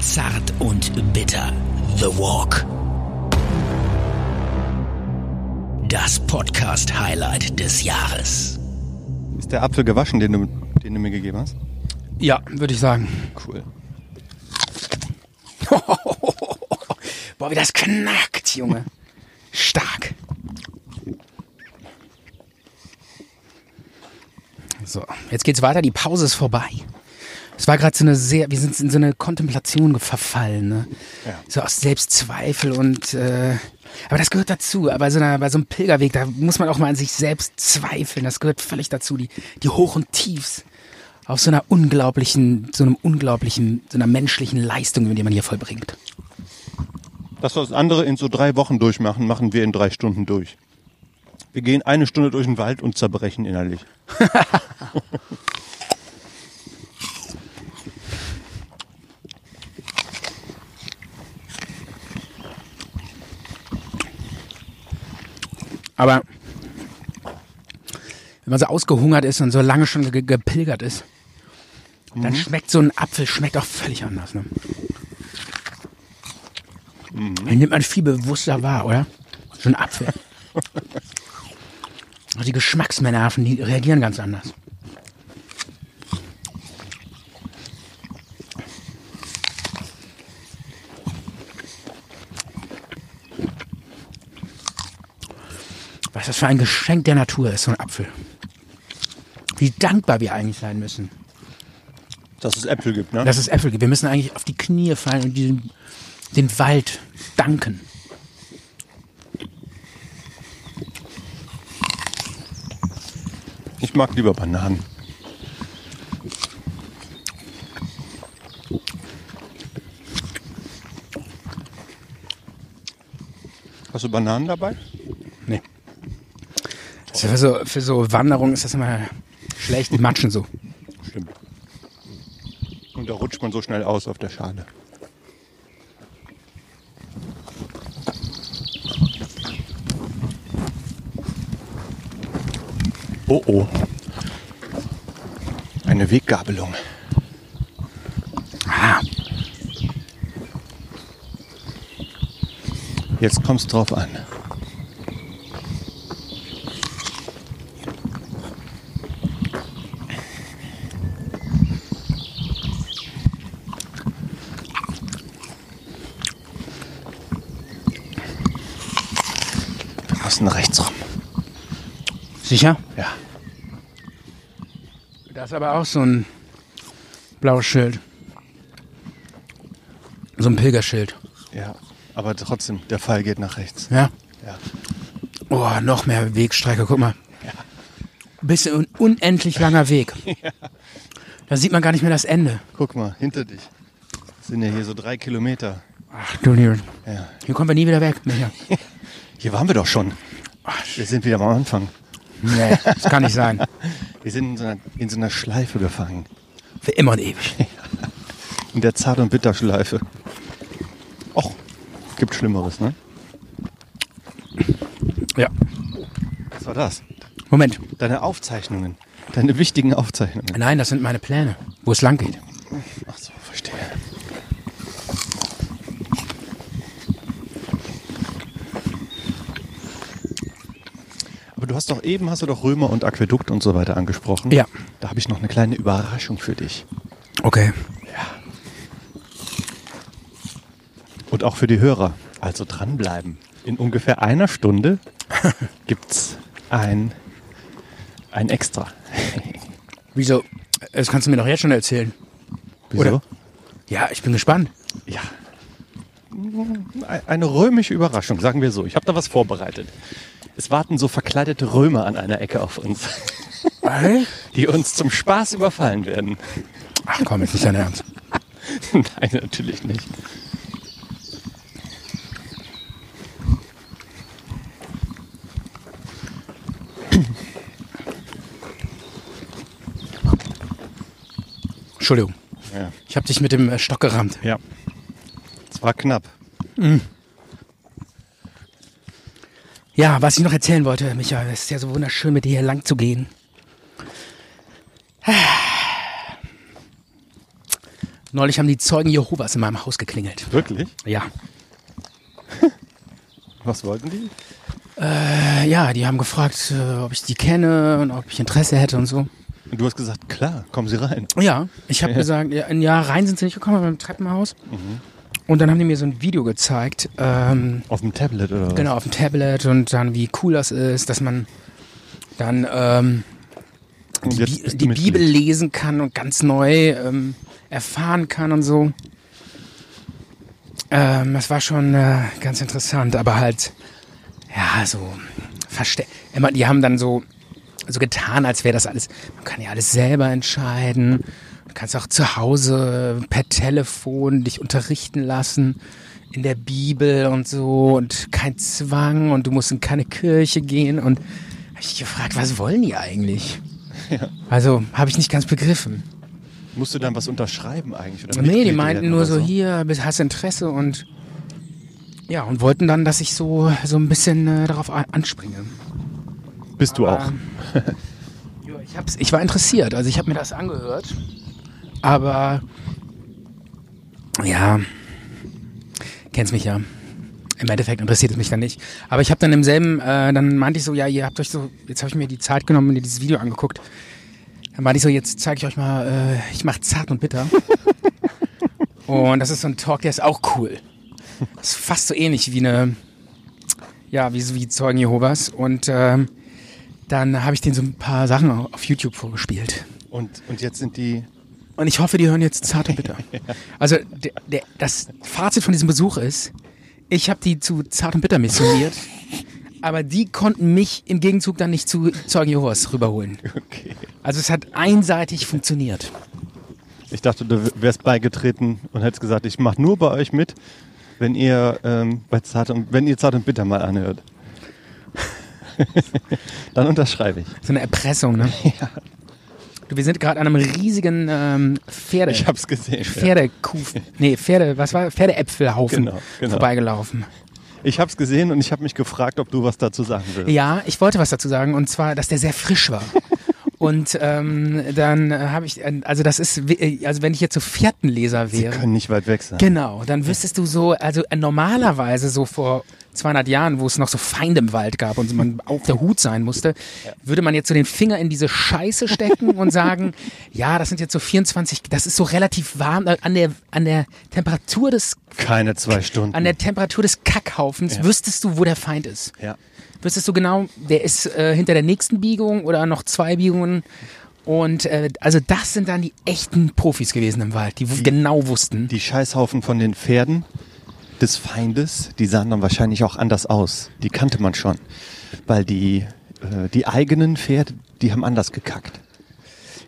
Zart und bitter. The Walk. Das Podcast-Highlight des Jahres. Ist der Apfel gewaschen, den du, den du mir gegeben hast? Ja, würde ich sagen. Cool. Boah, wie das knackt, Junge. Stark. So, jetzt geht's weiter. Die Pause ist vorbei. Es war gerade so eine sehr, wir sind in so eine Kontemplation verfallen, ne? Ja. So aus Selbstzweifel und, äh, aber das gehört dazu. Bei so, einer, bei so einem Pilgerweg, da muss man auch mal an sich selbst zweifeln. Das gehört völlig dazu. Die, die Hoch und Tiefs auf so einer unglaublichen, so einem unglaublichen, so einer menschlichen Leistung, die man hier vollbringt. Das, was andere in so drei Wochen durchmachen, machen wir in drei Stunden durch. Wir gehen eine Stunde durch den Wald und zerbrechen innerlich. Aber wenn man so ausgehungert ist und so lange schon ge gepilgert ist, dann schmeckt so ein Apfel schmeckt auch völlig anders. Ne? Den nimmt man viel bewusster wahr, oder? So ein Apfel. Auch die Geschmacksnerven, die reagieren ganz anders. Was das für ein Geschenk der Natur ist, so ein Apfel. Wie dankbar wir eigentlich sein müssen, Dass es Äpfel gibt, ne? dass es Äpfel gibt. Wir müssen eigentlich auf die Knie fallen und diesem, den Wald danken. Ich mag lieber Bananen. Hast du Bananen dabei? Nee. Also für, so, für so Wanderungen ist das immer schlecht. Die matschen so. Stimmt. Und da rutscht man so schnell aus auf der Schale. Oh oh. Eine Weggabelung. Ah, Jetzt kommt's drauf an. Wir müssen rechts rum. sicher? Ja. Da ist aber auch so ein blaues Schild. So ein Pilgerschild. Ja. Aber trotzdem, der Fall geht nach rechts. Ja. Ja. Oh, noch mehr Wegstrecke, guck mal. Bis ein unendlich langer Weg. Da sieht man gar nicht mehr das Ende. Guck mal, hinter dich. Das sind ja hier so drei Kilometer. Ach du Liebe. Ja. Hier kommen wir nie wieder weg, Micha. Hier waren wir doch schon. Wir sind wieder am Anfang. Nee, das kann nicht sein. Wir sind in so einer, in so einer Schleife gefangen. Für immer und ewig. In der Zart- und Bitterschleife. Och, gibt Schlimmeres, ne? Ja. Was war das? Moment. Deine Aufzeichnungen. Deine wichtigen Aufzeichnungen. Nein, das sind meine Pläne, wo es lang geht. Ach so, verstehe. Aber du hast doch eben, hast du doch Römer und Aquädukt und so weiter angesprochen. Ja. Da habe ich noch eine kleine Überraschung für dich. Okay. Und auch für die Hörer. Also dranbleiben. In ungefähr einer Stunde gibt's ein, ein Extra. Wieso? Das kannst du mir doch jetzt schon erzählen. Oder- Ja, ich bin gespannt. Ja. Ein- Eine römische Überraschung, sagen wir so. Ich habe da was vorbereitet. Es warten so verkleidete Römer an einer Ecke auf uns, die uns zum Spaß überfallen werden. Ach komm, jetzt nicht dein Ernst. Nein, natürlich nicht. Entschuldigung. Ja. Ich habe dich mit dem äh, Stock gerammt. Ja. Es war knapp. Ja, was ich noch erzählen wollte, Micha, es ist ja so wunderschön, mit dir hier lang zu gehen. Neulich haben die Zeugen Jehovas in meinem Haus geklingelt. Wirklich? Ja. Was wollten die? Äh, ja, die haben gefragt, äh, ob ich die kenne und ob ich Interesse hätte und so. Und du hast gesagt, klar, kommen Sie rein. Ja, ich habe gesagt, ja, ja, rein sind sie nicht gekommen, aber im Treppenhaus. Und dann haben die mir so ein Video gezeigt, ähm, Auf dem Tablet oder was? genau, auf dem Tablet und dann, wie cool das ist, dass man dann ähm, Und die, jetzt Bi bist du die Mitglied. Bibel lesen kann und ganz neu ähm, erfahren kann und so. Ähm, das war schon äh, ganz interessant, aber halt, ja, so verste immer, Die haben dann so, so getan, als wäre das alles, man kann ja alles selber entscheiden. Du kannst auch zu Hause per Telefon dich unterrichten lassen in der Bibel und so und kein Zwang und du musst in keine Kirche gehen und hab ich gefragt, was wollen die eigentlich? Also habe ich nicht ganz begriffen. Musst du dann was unterschreiben eigentlich? Oder nee, die Mitglied meinten werden nur oder so, hier, bis- hast Interesse und ja, und wollten dann, dass ich so, so ein bisschen äh, darauf a- anspringe. Bist du Ah. auch. Ja, ich, hab's, ich war interessiert, also ich habe mir das angehört, aber ja, kennst mich ja. Im Endeffekt interessiert es mich dann nicht. Aber ich habe dann im selben, äh, dann meinte ich so, ja, ihr habt euch so, jetzt habe ich mir die Zeit genommen und mir dieses Video angeguckt. Dann meinte ich so, jetzt zeige ich euch mal, äh, ich mache zart und bitter. und das ist so ein Talk, der ist auch cool. Das ist fast so ähnlich wie eine, ja, wie, so wie Zeugen Jehovas. Und ähm, dann habe ich denen so ein paar Sachen au- auf YouTube vorgespielt. Und, und jetzt sind die. Und ich hoffe, die hören jetzt zart und bitter. Also der, der, das Fazit von diesem Besuch ist, ich habe die zu zart und bitter missioniert, aber die konnten mich im Gegenzug dann nicht zu Zeugen Jehovas rüberholen. Okay. Also es hat einseitig funktioniert. Ich dachte, du wärst beigetreten und hättest gesagt, ich mache nur bei euch mit, wenn ihr ähm, bei Zart und, wenn ihr Zart und Bitter mal anhört. dann unterschreibe ich. So eine Erpressung, ne? Du, wir sind gerade an einem riesigen ähm, Pferde... Ich hab's gesehen. Ja. Pferdekuh... Nee, Pferde... Was war? Pferdeäpfelhaufen Genau, genau. vorbeigelaufen. Ich hab's gesehen und ich habe mich gefragt, ob du was dazu sagen willst. Ja, ich wollte was dazu sagen und zwar, dass der sehr frisch war. Und ähm, dann äh, habe ich, äh, also das ist, wi- äh, also wenn ich jetzt so vierten Leser Sie wäre, können nicht weit weg sein. genau, dann wüsstest du so, also äh, normalerweise so vor 200 Jahren, wo es noch so Feinde im Wald gab und man auf der Hut sein musste, würde man jetzt so den Finger in diese Scheiße stecken und sagen, ja, das sind jetzt so 24, das ist so relativ warm, äh, an der, an der Temperatur des, Keine zwei Stunden. an der Temperatur des Kackhaufens wüsstest du, wo der Feind ist ja. wüsstest du genau, der ist äh, hinter der nächsten Biegung oder noch zwei Biegungen. Und äh, also das sind dann die echten Profis gewesen im Wald, die, w- genau wussten. Die Scheißhaufen von den Pferden des Feindes, die sahen dann wahrscheinlich auch anders aus. Die kannte man schon. Weil die, äh, die eigenen Pferde, die haben anders gekackt.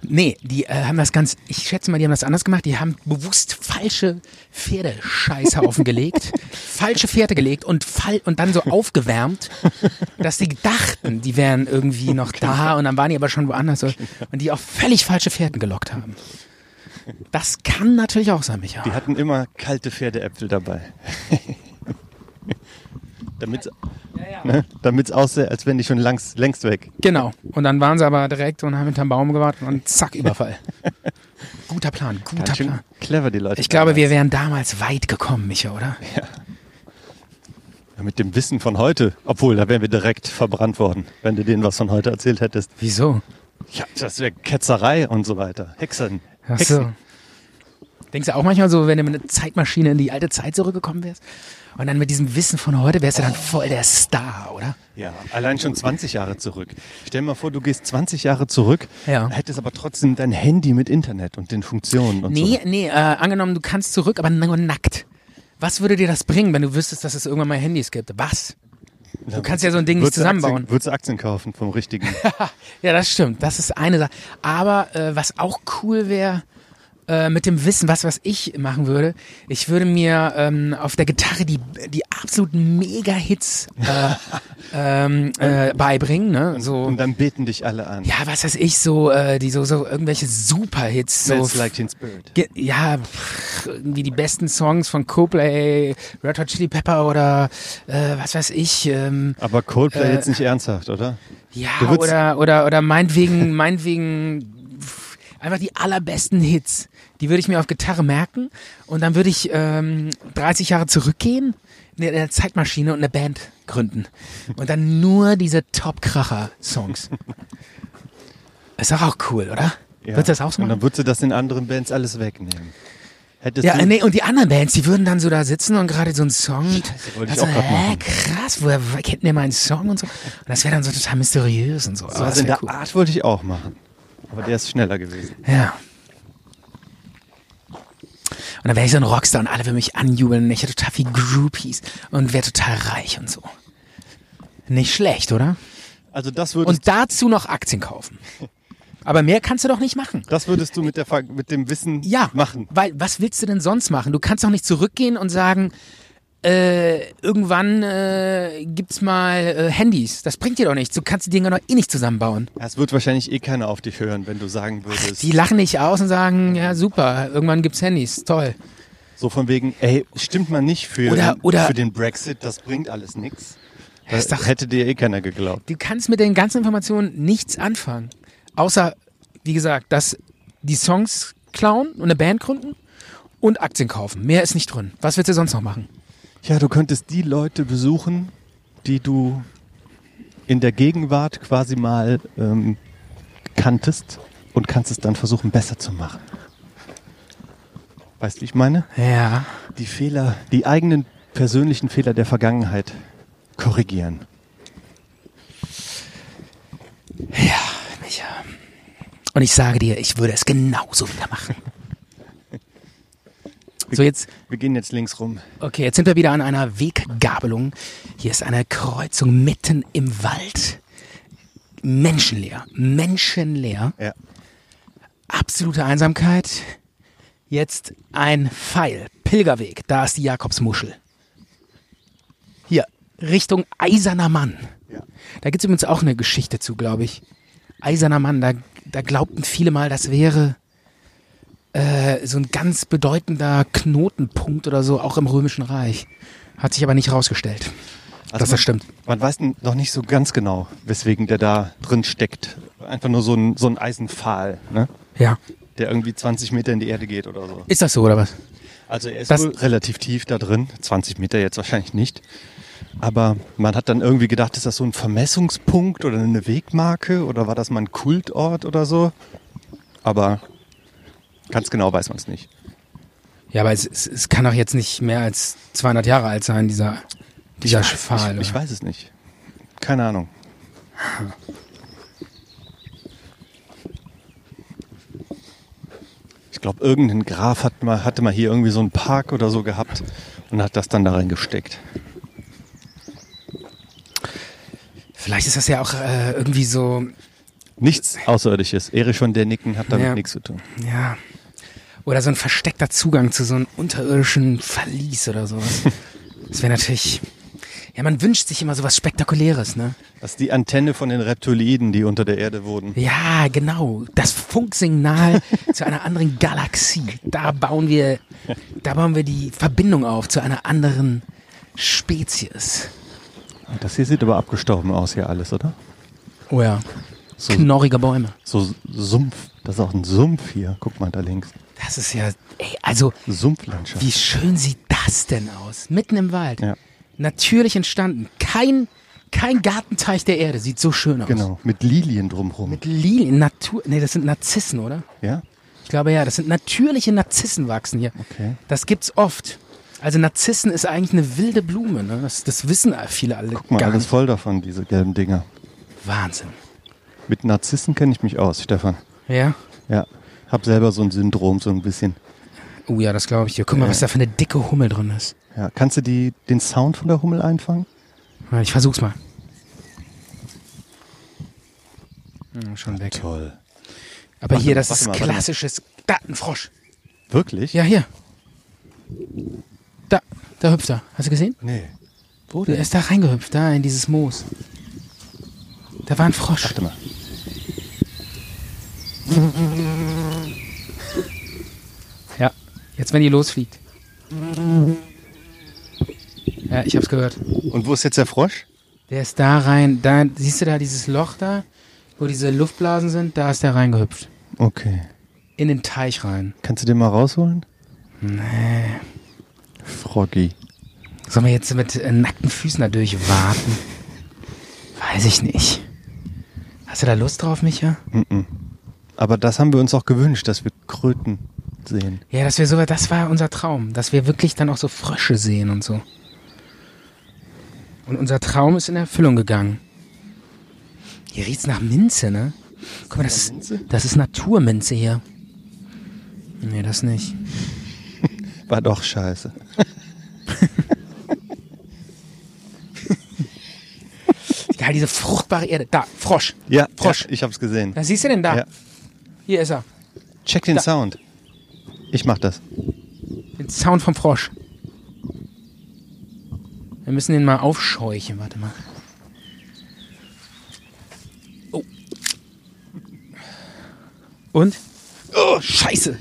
nee, die äh, haben das ganz, ich schätze mal, die haben das anders gemacht. Die haben bewusst falsche Pferdescheißhaufen gelegt, falsche Pferde gelegt und, fall und dann so aufgewärmt, dass sie dachten, die wären irgendwie noch da und dann waren die aber schon woanders so, und die auch völlig falsche Pferden gelockt haben. Das kann natürlich auch sein, Micha. Die hatten immer kalte Pferdeäpfel dabei. Damit ne, damit's aussah, als wären die schon langs, längst weg. Genau. Und dann waren sie aber direkt und haben hinterm Baum gewartet und zack, Überfall. guter Plan, guter Ganz schön Plan. clever, die Leute. Ich glaube, wir damals. wären damals weit gekommen, Micha, oder? Mit dem Wissen von heute. Obwohl, da wären wir direkt verbrannt worden, wenn du denen was von heute erzählt hättest. Wieso? Ja, das wäre Ketzerei und so weiter. Hexen. Ach Hexen. so. Denkst du auch manchmal so, wenn du mit einer Zeitmaschine in die alte Zeit zurückgekommen wärst? Und dann mit diesem Wissen von heute wärst du dann voll der Star, oder? Ja, allein schon 20 Jahre zurück. Stell dir mal vor, du gehst 20 Jahre zurück, Ja. hättest aber trotzdem dein Handy mit Internet und den Funktionen und Nee, nee, äh, angenommen, du kannst zurück, aber nur nackt. Was würde dir das bringen, wenn du wüsstest, dass es irgendwann mal Handys gibt? Was? so. Du kannst ja so ein Ding nicht zusammenbauen. Aktien, würdest du Aktien kaufen vom richtigen? Ja, das stimmt. Das ist eine Sache. Aber äh, was auch cool wäre, äh, mit dem Wissen, was, was ich machen würde, ich würde mir ähm, auf der Gitarre die, die absoluten Mega-Hits äh, ähm, äh, beibringen. Ne? So, und dann beten dich alle an. ja, was weiß ich, so, äh, die, so, so irgendwelche Super-Hits. So, Smells like teen spirit. Ge- ja, pff, irgendwie die besten Songs von Coldplay, Red Hot Chili Pepper oder äh, was weiß ich. Ähm, Aber Coldplay Äh, jetzt nicht ernsthaft, oder? ja, Du würdest- oder, oder, oder meinetwegen, meinetwegen, pf, Einfach die allerbesten Hits. Die würde ich mir auf Gitarre merken und dann würde ich ähm, 30 Jahre zurückgehen in der Zeitmaschine und eine Band gründen. Und dann nur diese Top-Kracher-Songs. Ist doch auch cool, oder? Ja. Würdest du das auch so machen? Und dann würdest du das den anderen Bands alles wegnehmen. Hättest Ja, äh, du, nee, und die anderen Bands, die würden dann so da sitzen und gerade so einen Song. und dann wollte ich so, auch grad hä, machen. krass, woher woher kennt denn meinen Song und so? Und das wäre dann so total mysteriös und so. Aber sowas das in wär der Art wollte ich auch machen. Aber der ist schneller gewesen. Ja. Und dann wäre ich so ein Rockstar und alle würden mich anjubeln und ich hätte total viel Groupies und wäre total reich und so. Nicht schlecht, oder? Also das würdest, Und dazu noch Aktien kaufen. Aber mehr kannst du doch nicht machen. das würdest du mit, der, Ver- mit dem Wissen Ja, machen. weil was willst du denn sonst machen? Du kannst doch nicht zurückgehen und sagen, äh, irgendwann äh, gibt's mal äh, Handys. Das bringt dir doch nichts. Du kannst die Dinger doch eh nicht zusammenbauen. Ja, Es wird wahrscheinlich eh keiner auf dich hören, wenn du sagen würdest, Die lachen dich aus und sagen, ja super, irgendwann gibt's Handys. Toll. so von wegen, ey, stimmt man nicht für, Oder- oder- für den Brexit, das bringt alles nichts. ist doch- Hätte dir eh keiner geglaubt. du kannst mit den ganzen Informationen nichts anfangen. Außer, wie gesagt, dass die Songs klauen und eine Band gründen und Aktien kaufen. Mehr ist nicht drin. Was willst du sonst noch machen? Ja, du könntest die Leute besuchen, die du in der Gegenwart quasi mal ähm, kanntest und kannst es dann versuchen, besser zu machen. Weißt du, wie ich meine? Ja. Die Fehler, die eigenen persönlichen Fehler der Vergangenheit korrigieren. Micha. Und ich sage dir, ich würde es genauso wieder machen. So, jetzt, Wir gehen jetzt links rum. okay, jetzt sind wir wieder an einer Weggabelung. Hier ist eine Kreuzung mitten im Wald. Menschenleer. Menschenleer. Ja. absolute Einsamkeit. Jetzt ein Pfeil. Pilgerweg. Da ist die Jakobsmuschel. Hier, Richtung Eiserner Mann. Ja. Da gibt es übrigens auch eine Geschichte zu, glaube ich. Eiserner Mann, da, da glaubten viele mal, das wäre äh, so ein ganz bedeutender Knotenpunkt oder so, auch im Römischen Reich. Hat sich aber nicht rausgestellt. Dass das man- stimmt. Man weiß n- noch nicht so ganz genau, weswegen der da drin steckt. Einfach nur so ein, so ein Eisenpfahl, ne? Ja. der irgendwie 20 Meter in die Erde geht oder so. Ist das so, oder was? Also er ist Das- wohl relativ tief da drin, 20 Meter jetzt wahrscheinlich nicht. Aber man hat dann irgendwie gedacht, ist das so ein Vermessungspunkt oder eine Wegmarke oder war das mal ein Kultort oder so? Aber ganz genau weiß man es nicht. Ja, aber es, es, es kann doch jetzt nicht mehr als 200 Jahre alt sein, dieser, dieser Pfahl. Ich, ich oder? weiß es nicht. Keine Ahnung. Ich glaube, irgendein Graf hat mal, hatte mal hier irgendwie so einen Park oder so gehabt und hat das dann da reingesteckt. Vielleicht ist das ja auch äh, irgendwie so, Nichts Außerirdisches. Erich von Däniken hat damit Ja. nichts zu tun. ja. Oder so ein versteckter Zugang zu so einem unterirdischen Verlies oder sowas. Das wäre natürlich. Ja, man wünscht sich immer sowas Spektakuläres, ne? Das ist die Antenne von den Reptiloiden, die unter der Erde wurden. Ja, genau. Das Funksignal zu einer anderen Galaxie. Da bauen wir, da bauen wir die Verbindung auf zu einer anderen Spezies. Das hier sieht aber abgestorben aus, hier alles, oder? Oh ja. So, Knorrige Bäume. so Sumpf. Das ist auch ein Sumpf hier. Guck mal da links. Das ist ja, ey, also Sumpflandschaft. Wie schön sieht das denn aus? Mitten im Wald. Ja. Natürlich entstanden. Kein, kein Gartenteich der Erde sieht so schön aus. Genau. Mit Lilien drumherum. Mit Lilien, Natur. Nee, das sind Narzissen, oder? ja? Ich glaube ja, das sind natürliche Narzissen wachsen hier. Okay. Das gibt's oft. Also Narzissen ist eigentlich eine wilde Blume. Ne? Das, das wissen viele alle Guck mal, gar alles nicht. voll davon, diese gelben Dinger. Wahnsinn. Mit Narzissen kenne ich mich aus, Stefan. Ja. Ja. Hab selber so ein Syndrom, so ein bisschen. Oh ja, das glaube ich dir. Guck mal, was da für eine dicke Hummel drin ist. Ja. Kannst du die, den Sound von der Hummel einfangen? Na, Ich versuch's mal. Hm, schon weg. Toll. Aber Warte hier, mal, das warte ist mal, warte mal. klassisches Dattenfrosch. Wirklich? Ja, hier. Da, da hüpft er. Hast du gesehen? Nee. Wo Er denn? ist da reingehüpft, da in dieses Moos. Da war ein Frosch. Warte mal. Ja, jetzt wenn die losfliegt. Ja, ich hab's gehört. Und wo ist jetzt der Frosch? Der ist da rein, da, siehst du da dieses Loch da, wo diese Luftblasen sind? Da ist der reingehüpft. Okay. in den Teich rein. Kannst du den mal rausholen? Nee. Froggy. Sollen wir jetzt mit äh, nackten Füßen da durchwarten? Weiß ich nicht. Hast du da Lust drauf, Micha? Aber das haben wir uns auch gewünscht, dass wir Kröten sehen. Ja, dass wir sogar, das war unser Traum, dass wir wirklich dann auch so Frösche sehen und so. Und unser Traum ist in Erfüllung gegangen. Hier riecht's nach Minze, ne? Guck mal, das ist, das ist Naturminze hier. Nee, das nicht. War doch scheiße. Geil, diese fruchtbare Erde. Da, Frosch. Ja, Frosch. Ja, ich hab's gesehen. Was siehst du denn da? Ja. Hier ist er. Check den Da. Sound. Ich mach das. Den Sound vom Frosch. Wir müssen den mal aufscheuchen. Warte mal. Oh. Und? Oh, scheiße.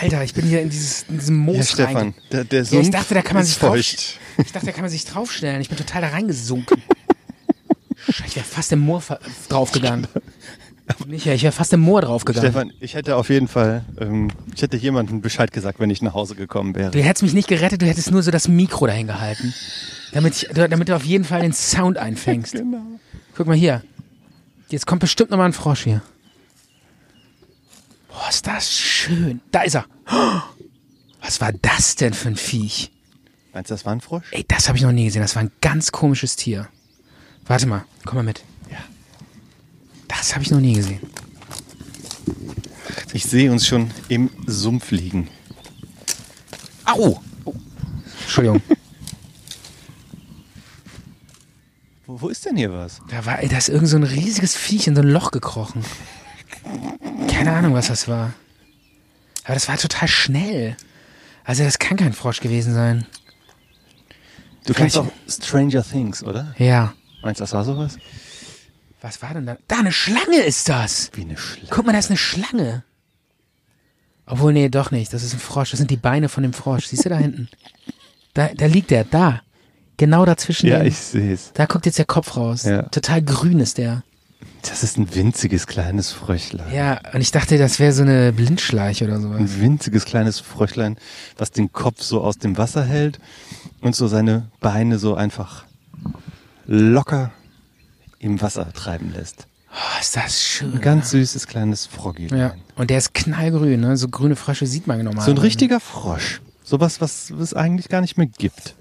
Alter, ich bin hier in, dieses, in diesem Moos Herr Stefan, reinge- der, der Ja, Sumpf ich dachte, da kann man ist sich drauf- feucht. Ich dachte, da kann man sich draufstellen. Ich bin total da reingesunken. Scheiße, ich wäre fast im Moor ver- draufgegangen. Micha, ich wäre fast im Moor draufgegangen. Stefan, ich hätte auf jeden Fall, ähm, ich hätte jemandem Bescheid gesagt, wenn ich nach Hause gekommen wäre. Du hättest mich nicht gerettet, du hättest nur so das Mikro dahin gehalten. Damit, ich, du- damit du auf jeden Fall den Sound einfängst. Guck mal hier. Jetzt kommt bestimmt nochmal ein Frosch hier. Boah, ist das schön. Da ist er. Was war das denn für ein Viech? Meinst du, das war ein Frosch? Ey, das habe ich noch nie gesehen. Das war ein ganz komisches Tier. Warte mal, komm mal mit. Ja. Das habe ich noch nie gesehen. Ich sehe uns schon im Sumpf liegen. Au! Oh. Entschuldigung. Wo, wo ist denn hier was? Da war, ey, da ist irgend so ein riesiges Viech in so ein Loch gekrochen. Keine Ahnung, was das war. Aber das war total schnell. Also das kann kein Frosch gewesen sein. Du Vielleicht- kennst auch Stranger Things, oder? Ja. Meinst du, das war sowas? Was war denn da? Da, eine Schlange ist das. Wie eine Schlange. Guck mal, da ist eine Schlange. Obwohl, nee, doch nicht. Das ist ein Frosch. Das sind die Beine von dem Frosch. Siehst du da hinten? Da, da liegt der, da. Genau dazwischen. Ja, den- ich sehe es. da guckt jetzt der Kopf raus. Ja. Total grün ist der. Das ist ein winziges kleines Fröchlein. Ja, und ich dachte, das wäre so eine Blindschleiche oder sowas. Ein winziges kleines Fröchlein, was den Kopf so aus dem Wasser hält und so seine Beine so einfach locker im Wasser treiben lässt. Oh, ist das schön. Ein ganz süßes kleines Froggy. Ja, und der ist knallgrün, ne? So grüne Frösche sieht man genau. normal. So ein richtiger Frosch. Sowas, was es eigentlich gar nicht mehr gibt.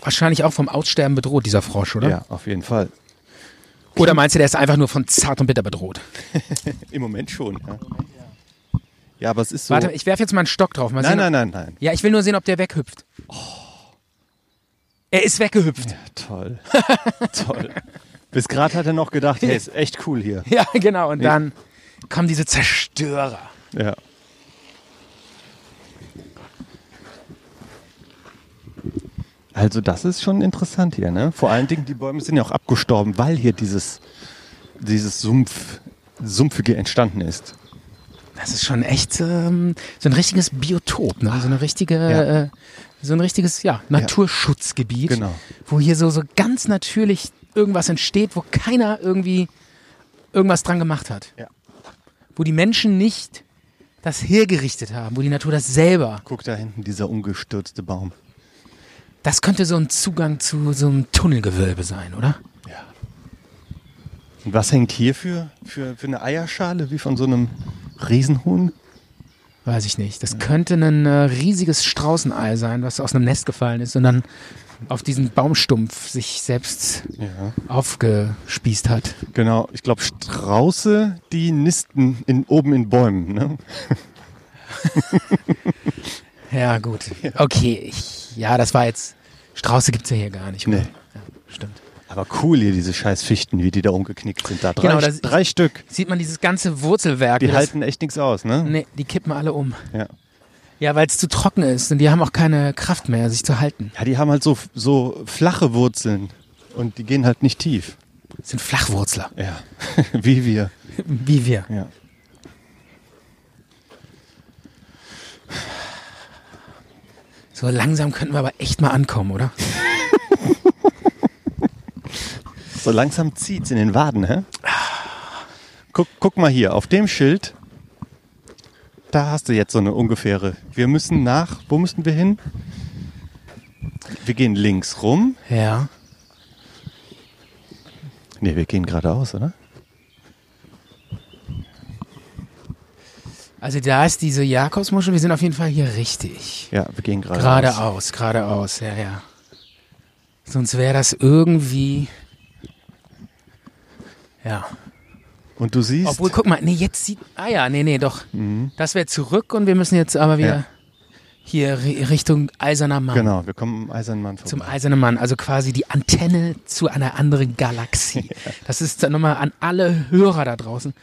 Wahrscheinlich auch vom Aussterben bedroht, dieser Frosch, oder? Ja, auf jeden Fall. Oder meinst du, der ist einfach nur von zart und bitter bedroht? Im Moment schon. Ja, ja aber es ist so. Warte, ich werfe jetzt mal einen Stock drauf. Mal nein, sehen, nein, nein, nein. Oh. Ja, ich will nur sehen, ob der weghüpft. Er ist weggehüpft. Ja, toll. toll. Bis gerade hat er noch gedacht, hey, ist echt cool hier. Ja, genau. Und dann kommen diese Zerstörer. Ja. Also das ist schon interessant hier, ne? Vor allen Dingen, die Bäume sind ja auch abgestorben, weil hier dieses, dieses Sumpf, Sumpfige entstanden ist. Das ist schon echt ähm, so ein richtiges Biotop, ne? So eine richtige, Ja. äh, so ein richtiges, ja, Naturschutzgebiet, Genau. wo hier so so ganz natürlich irgendwas entsteht, wo keiner irgendwie irgendwas dran gemacht hat, Ja. wo die Menschen nicht das hergerichtet haben, wo die Natur das selber. Guck da hinten, dieser umgestürzte Baum. Das könnte so ein Zugang zu so einem Tunnelgewölbe sein, oder? Ja. Und was hängt hier für, für, für eine Eierschale, wie von so einem Riesenhuhn? Weiß ich nicht. Das könnte ein äh, riesiges Straußenei sein, was aus einem Nest gefallen ist und dann auf diesen Baumstumpf sich selbst Ja. aufgespießt hat. Genau, ich glaube Strauße, die nisten in, oben in Bäumen. Ne? Ja, gut. Okay, ich, ja, das war jetzt. Strauße gibt's ja hier gar nicht. Oder? Nee. Ja, stimmt. Aber cool hier, diese scheiß Fichten, wie die da umgeknickt sind. Da drei, Genau, das- drei Stück. Sieht man dieses ganze Wurzelwerk? Die das- halten echt nichts aus, ne? Nee, die kippen alle um. Ja. Ja, weil es zu trocken ist und die haben auch keine Kraft mehr, sich zu halten. ja, die haben halt so, so flache Wurzeln und die gehen halt nicht tief. Das sind Flachwurzler, Ja, wie wir. wie wir. Ja. So langsam könnten wir aber echt mal ankommen, oder? So langsam zieht's in den Waden, hä? Guck, guck mal hier, auf dem Schild Da hast du jetzt so eine ungefähre. Wir müssen nach, wo müssen wir hin? Wir gehen links rum. Ja. Ne, wir gehen geradeaus, oder? Also da ist diese Jakobsmuschel, wir sind auf jeden Fall hier richtig. Ja, wir gehen geradeaus. Geradeaus, geradeaus, ja, ja. Sonst wäre das irgendwie. Ja. Und du siehst, Obwohl, guck mal, nee, jetzt sieht. Ah ja, nee, nee, doch. Das wäre zurück und wir müssen jetzt aber wieder Ja. hier ri- Richtung Eiserner Mann. genau, wir kommen am Eisernen Mann vorbei. Zum Eisernen Mann, also quasi die Antenne zu einer anderen Galaxie. Das ist dann nochmal an alle Hörer da draußen.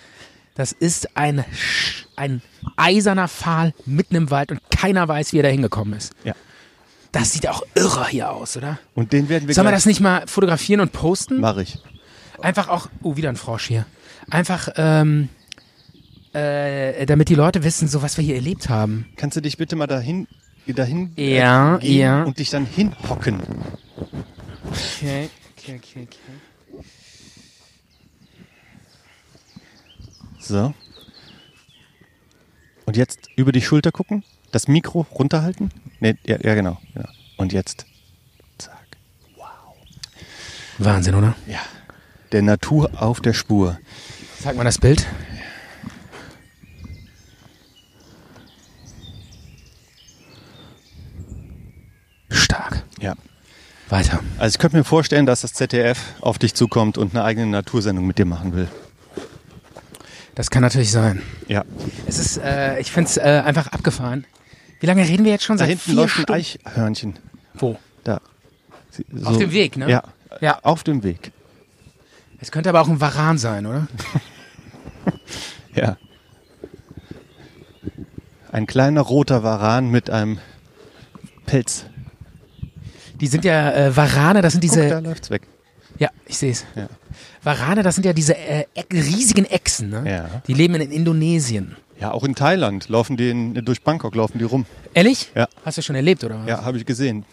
Das ist ein, Sch- ein eiserner Pfahl mitten im Wald und keiner weiß, wie er da hingekommen ist. Ja. Das sieht auch irre hier aus, oder? Und den werden wir Sollen wir gleich- das nicht mal fotografieren und posten? Mach ich. Einfach auch, oh, wieder ein Frosch hier. Einfach, ähm, äh, damit die Leute wissen, so was wir hier erlebt haben. Kannst du dich bitte mal dahin, dahin äh, Ja, gehen ja. und dich dann hinhocken? Okay, okay, okay, okay. So. Und jetzt über die Schulter gucken, das Mikro runterhalten. Nee, ja, ja genau, genau. Und jetzt, zack. Wahnsinn, oder? Ja. Der Natur auf der Spur. Zeig mal das Bild. Stark. Ja. Weiter. Also ich könnte mir vorstellen, dass das ZDF auf dich zukommt und eine eigene Natursendung mit dir machen will. Das kann natürlich sein. Ja. Es ist, äh, ich finde es äh, einfach abgefahren. Wie lange reden wir jetzt schon? Da Seit hinten vier läuft ein Stunden. Eichhörnchen. Wo? Da. Sie- so- Auf dem Weg, ne? Ja. Ja. Auf dem Weg. Es könnte aber auch ein Varan sein, oder? Ja. Ein kleiner roter Waran mit einem Pelz. Die sind ja äh, Varane, das sind Guck, da diese. läuft's weg. Ja, ich sehe es. Ja. Varane, das sind ja diese äh, Eck- riesigen Echsen, ne? Ja. Die leben in Indonesien. Ja, auch in Thailand laufen die in, durch Bangkok laufen die rum. Ehrlich? Ja. Hast du schon erlebt, oder was? Ja, habe ich gesehen.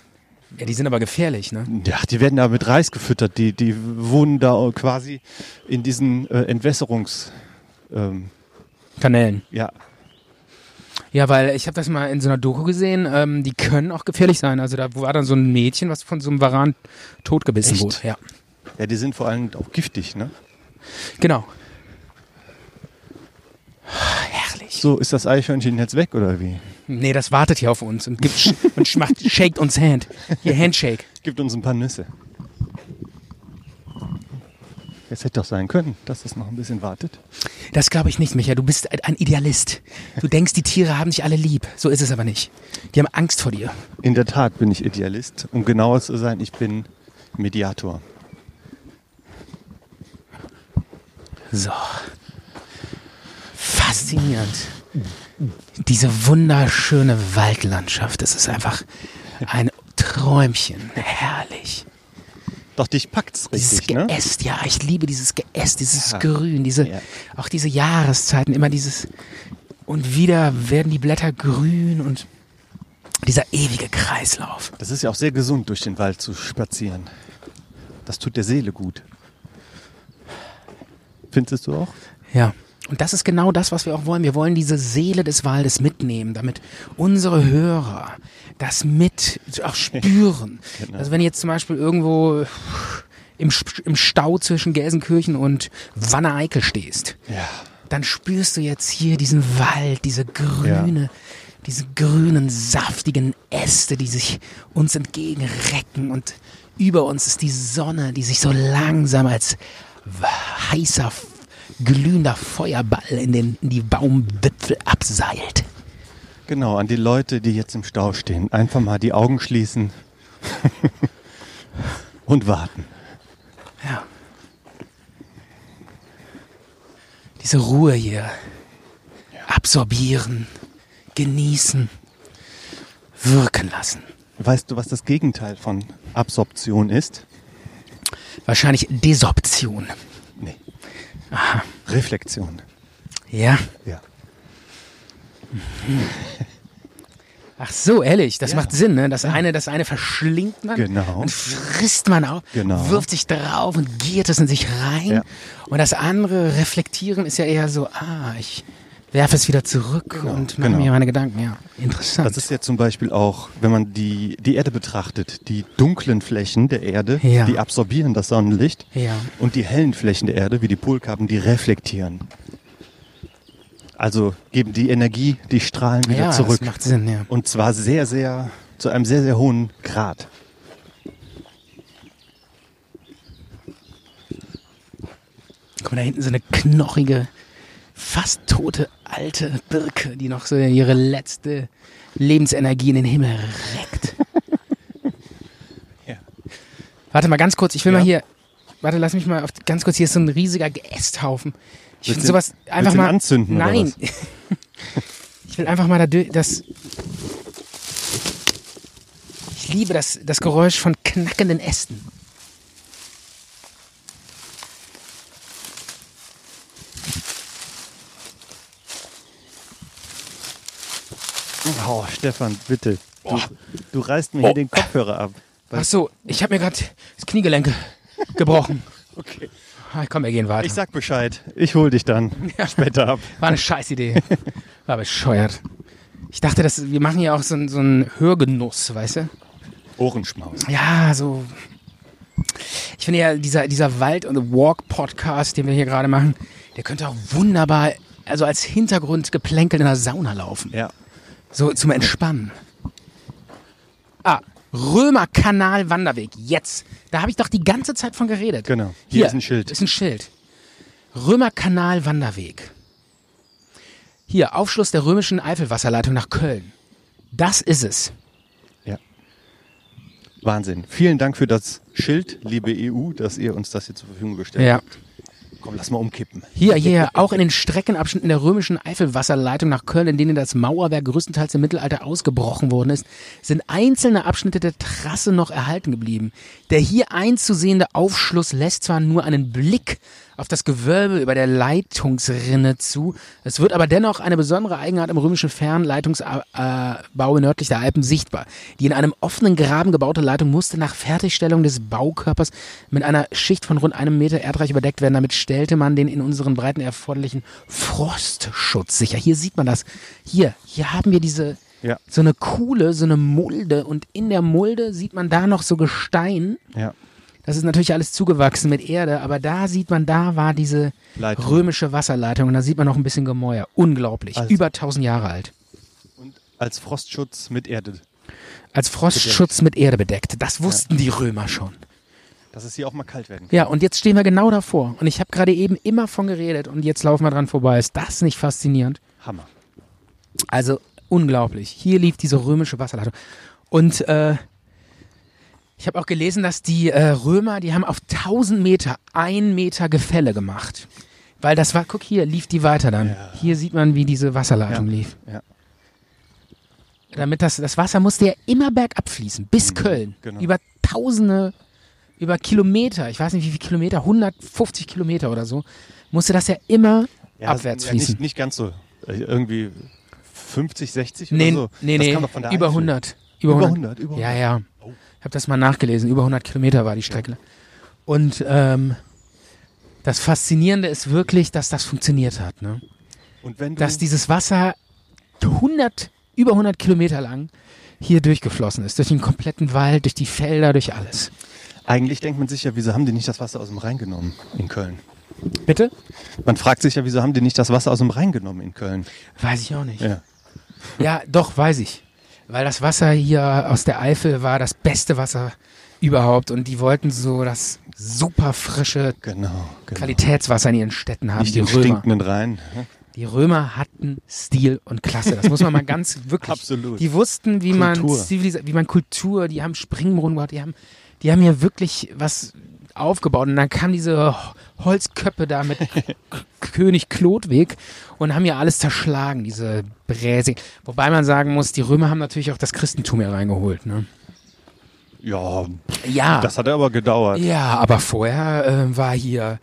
ja. Die sind aber gefährlich, ne? Ja, die werden da mit Reis gefüttert. Die, die wohnen da quasi in diesen äh, Entwässerungs. Ähm, Kanälen. ja, Ja, weil ich habe das mal in so einer Doku gesehen, ähm, die können auch gefährlich sein. Also da war dann so ein Mädchen, was von so einem Varan totgebissen Echt? wurde. Ja, ja, die sind vor allem auch giftig. Ne? genau. Herrlich. So, ist das Eichhörnchen jetzt weg oder wie? Nee, das wartet hier auf uns und, gibt, sch- und sch- macht, shakt uns Hand. Hier, Handshake. Gibt uns ein paar Nüsse. Es hätte doch sein können, dass das noch ein bisschen wartet. Das glaube ich nicht, Micha. Du bist ein- ein Idealist. Du denkst, die Tiere haben dich alle lieb. So ist es aber nicht. Die haben Angst vor dir. In der Tat bin ich Idealist. Um genauer zu sein, ich bin Mediator. So. Faszinierend. Diese wunderschöne Waldlandschaft, das ist einfach ein Träumchen. Herrlich. Doch dich packt's Dieses richtig, ne? Geäst, ja, ich liebe dieses Geäst, dieses Ja. Grün, diese, Ja. auch diese Jahreszeiten, immer dieses, und wieder werden die Blätter grün und dieser ewige Kreislauf. Das ist ja auch sehr gesund, durch den Wald zu spazieren. Das tut der Seele gut. Findest du auch? Ja. Und das ist genau das, was wir auch wollen. Wir wollen diese Seele des Waldes mitnehmen, damit unsere Hörer das mit auch spüren. Also wenn ihr jetzt zum Beispiel irgendwo im, Sp- im Stau zwischen Gelsenkirchen und Wanne-Eickel stehst, Ja. dann spürst du jetzt hier diesen Wald, diese grüne, diese grünen, saftigen Äste, die sich uns entgegenrecken und über uns ist die Sonne, die sich so langsam als w- heißer, f- glühender Feuerball in, den, in die Baumwipfel abseilt. Genau, an die Leute, die jetzt im Stau stehen. Einfach mal die Augen schließen und warten. Ja. Diese Ruhe hier. Absorbieren, genießen, wirken lassen. Weißt du, was das Gegenteil von Absorption ist? Wahrscheinlich Desorption. Nee. Reflexion. Ja. Ja. Ach so, ehrlich, das Ja. macht Sinn, ne? Das eine, das eine verschlingt man Genau. und frisst man auf, Genau. wirft sich drauf und giert es in sich rein. Ja. Und das andere reflektieren ist ja eher so, ah, ich werfe es wieder zurück und mache genau. mir meine Gedanken. Ja, interessant. Das ist ja zum Beispiel auch, wenn man die, die Erde betrachtet, die dunklen Flächen der Erde, Ja. die absorbieren das Sonnenlicht Ja. und die hellen Flächen der Erde, wie die Polkappen, die reflektieren. Also geben die Energie, die Strahlen wieder ja, zurück. das macht Sinn, ja. Und zwar sehr, sehr, zu einem sehr, sehr hohen Grad. Guck mal, da hinten so eine knochige, fast tote alte Birke, die noch so ihre letzte Lebensenergie in den Himmel reckt. Ja. Warte mal ganz kurz, ich will Ja. mal hier. Warte, lass mich mal auf, ganz kurz. Hier ist so ein riesiger Geästhaufen. Ich Willst will du- sowas einfach willst du ihn mal. anzünden, oder nein. ich will einfach mal da, dö- das. Ich liebe das, das Geräusch von knackenden Ästen. Oh, Stefan, bitte. Du, du reißt mir hier den Kopfhörer ab. Weil- Ach so, ich habe mir gerade das Kniegelenk gebrochen. Okay. Ah, Komm, wir gehen weiter. Ich sag Bescheid. Ich hol dich dann später ab. War eine Scheißidee. War bescheuert. Ich dachte, dass wir machen ja auch so, einen- so einen Hörgenuss, weißt du? Ohrenschmaus. Ja, so. Ich finde ja, dieser, dieser Wald- und Walk-Podcast, den wir hier gerade machen, der könnte auch wunderbar, also als Hintergrundgeplänkel in der Sauna laufen. Ja. So zum Entspannen. Ah, Römerkanal-Wanderweg. Jetzt. Da habe ich doch die ganze Zeit von geredet. Genau. Hier ist ein Schild. Ist ein Schild. Römerkanal-Wanderweg. Hier, Aufschluss der römischen Eifelwasserleitung nach Köln. Das ist es. Ja. Wahnsinn. Vielen Dank für das Schild, liebe EU, dass ihr uns das hier zur Verfügung gestellt habt. Komm, lass mal umkippen. Hier, hier, auch in den Streckenabschnitten der römischen Eifelwasserleitung nach Köln, in denen das Mauerwerk größtenteils im Mittelalter ausgebrochen worden ist, sind einzelne Abschnitte der Trasse noch erhalten geblieben. Der hier einzusehende Aufschluss lässt zwar nur einen Blick auf das Gewölbe über der Leitungsrinne zu, es wird aber dennoch eine besondere Eigenart im römischen Fernleitungsbau nördlich der Alpen sichtbar. Die in einem offenen Graben gebaute Leitung musste nach Fertigstellung des Baukörpers mit einer Schicht von rund einem Meter Erdreich überdeckt werden. Damit stellte man den in unseren Breiten erforderlichen Frostschutz sicher. Hier sieht man das. Hier, hier haben wir diese Ja. so eine Kuhle, so eine Mulde und in der Mulde sieht man da noch so Gestein. Ja. Das ist natürlich alles zugewachsen mit Erde, aber da sieht man, da war diese Leitung. römische Wasserleitung und da sieht man noch ein bisschen Gemäuer. Unglaublich. Also- Über 1000 Jahre alt. Und als Frostschutz mit Erde. Als Frostschutz mit Erde bedeckt. Das wussten die Römer schon. Dass es hier auch mal kalt werden kann. Ja, und jetzt stehen wir genau davor. Und ich habe gerade eben immer von geredet und jetzt laufen wir dran vorbei. Ist das nicht faszinierend? Hammer. Also unglaublich. Hier lief diese römische Wasserleitung. Und äh, ich habe auch gelesen, dass die äh, Römer, die haben auf 1000 Meter ein Meter Gefälle gemacht. Weil das war, guck hier, lief die weiter dann. Hier sieht man, wie diese Wasserleitung lief. Ja. Damit das, das Wasser musste ja immer bergab fließen, bis Köln. genau. Über tausende, über Kilometer, ich weiß nicht wie viele Kilometer, 150 Kilometer oder so, musste das ja immer Ja, abwärts ja, fließen. Nicht, nicht ganz so. Äh, Irgendwie 50, 60 Nee, oder so. nee, das nee. kam doch von der über Eifel. 100. Über 100, über Ja, ja. Ich habe das mal nachgelesen. Über 100 Kilometer war die Strecke. Und ähm, das Faszinierende ist wirklich, dass das funktioniert hat. Ne? Und wenn du, Dass dieses Wasser 100, über 100 Kilometer lang hier durchgeflossen ist. Durch den kompletten Wald, durch die Felder, durch alles. eigentlich denkt man sich ja, wieso haben die nicht das Wasser aus dem Rhein genommen in Köln? Bitte? Man fragt sich ja, wieso haben die nicht das Wasser aus dem Rhein genommen in Köln? Weiß ich auch nicht. Ja. Ja, doch, weiß ich. Weil das Wasser hier aus der Eifel war das beste Wasser überhaupt und die wollten so das super frische Genau. genau. Qualitätswasser in ihren Städten haben. Nicht die den Römer. stinkenden Rhein. Die Römer hatten Stil und Klasse. Das muss man mal ganz wirklich. Absolut. Die wussten, wie man, Kultur. Zivilis- wie man Kultur, die haben Springbrunnen gebaut, die haben, die haben hier wirklich was aufgebaut. Und dann kamen diese Ho- Holzköppe da mit K- König Klodwig und haben ja alles zerschlagen, diese Bräse. Wobei man sagen muss, die Römer haben natürlich auch das Christentum hier reingeholt. Ne? Ja, Ja. das hat aber gedauert. Ja, aber vorher äh, war hier,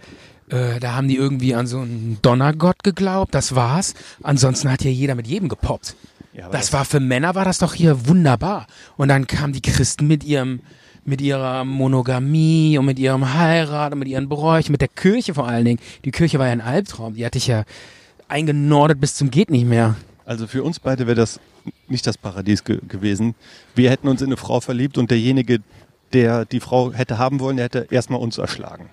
äh, da haben die irgendwie an so einen Donnergott geglaubt, das war's. Ansonsten hat hier jeder mit jedem gepoppt. Ja, aber das, war für Männer war das doch hier wunderbar. Und dann kamen die Christen mit ihrem mit ihrer Monogamie und mit ihrem Heirat und mit ihren Bräuchen, mit der Kirche vor allen Dingen. Die Kirche war ja ein Albtraum, die hatte ich ja eingenordet bis zum geht nicht mehr. Also für uns beide wäre das nicht das Paradies ge gewesen. Wir hätten uns in eine Frau verliebt und derjenige, der die Frau hätte haben wollen, der hätte erstmal uns erschlagen.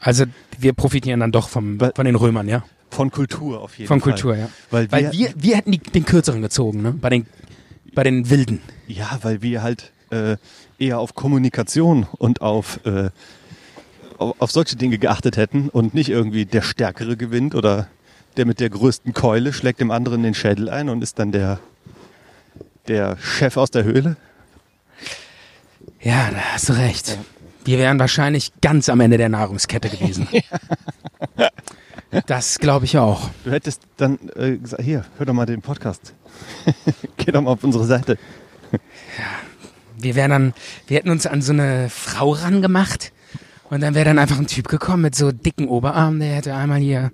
Also wir profitieren dann doch vom, Weil- von den Römern, ja. Von Kultur auf jeden Von Fall. Kultur, ja. Weil, Weil wir, wir hätten die, den kürzeren gezogen, ne? Bei den, bei den Wilden. Ja, weil wir halt äh, eher auf Kommunikation und auf, äh, au- auf solche Dinge geachtet hätten und nicht irgendwie der Stärkere gewinnt oder der mit der größten Keule schlägt dem anderen den Schädel ein und ist dann der, der Chef aus der Höhle. Ja, da hast du recht. Wir wären wahrscheinlich ganz am Ende der Nahrungskette gewesen. das glaube ich auch. Du hättest dann äh, gesagt, hier, hör doch mal den Podcast. Geh doch mal auf unsere Seite. Wir wären dann, wir hätten uns an so eine Frau rangemacht und dann wäre dann einfach ein Typ gekommen mit so dicken Oberarmen, der hätte einmal hier.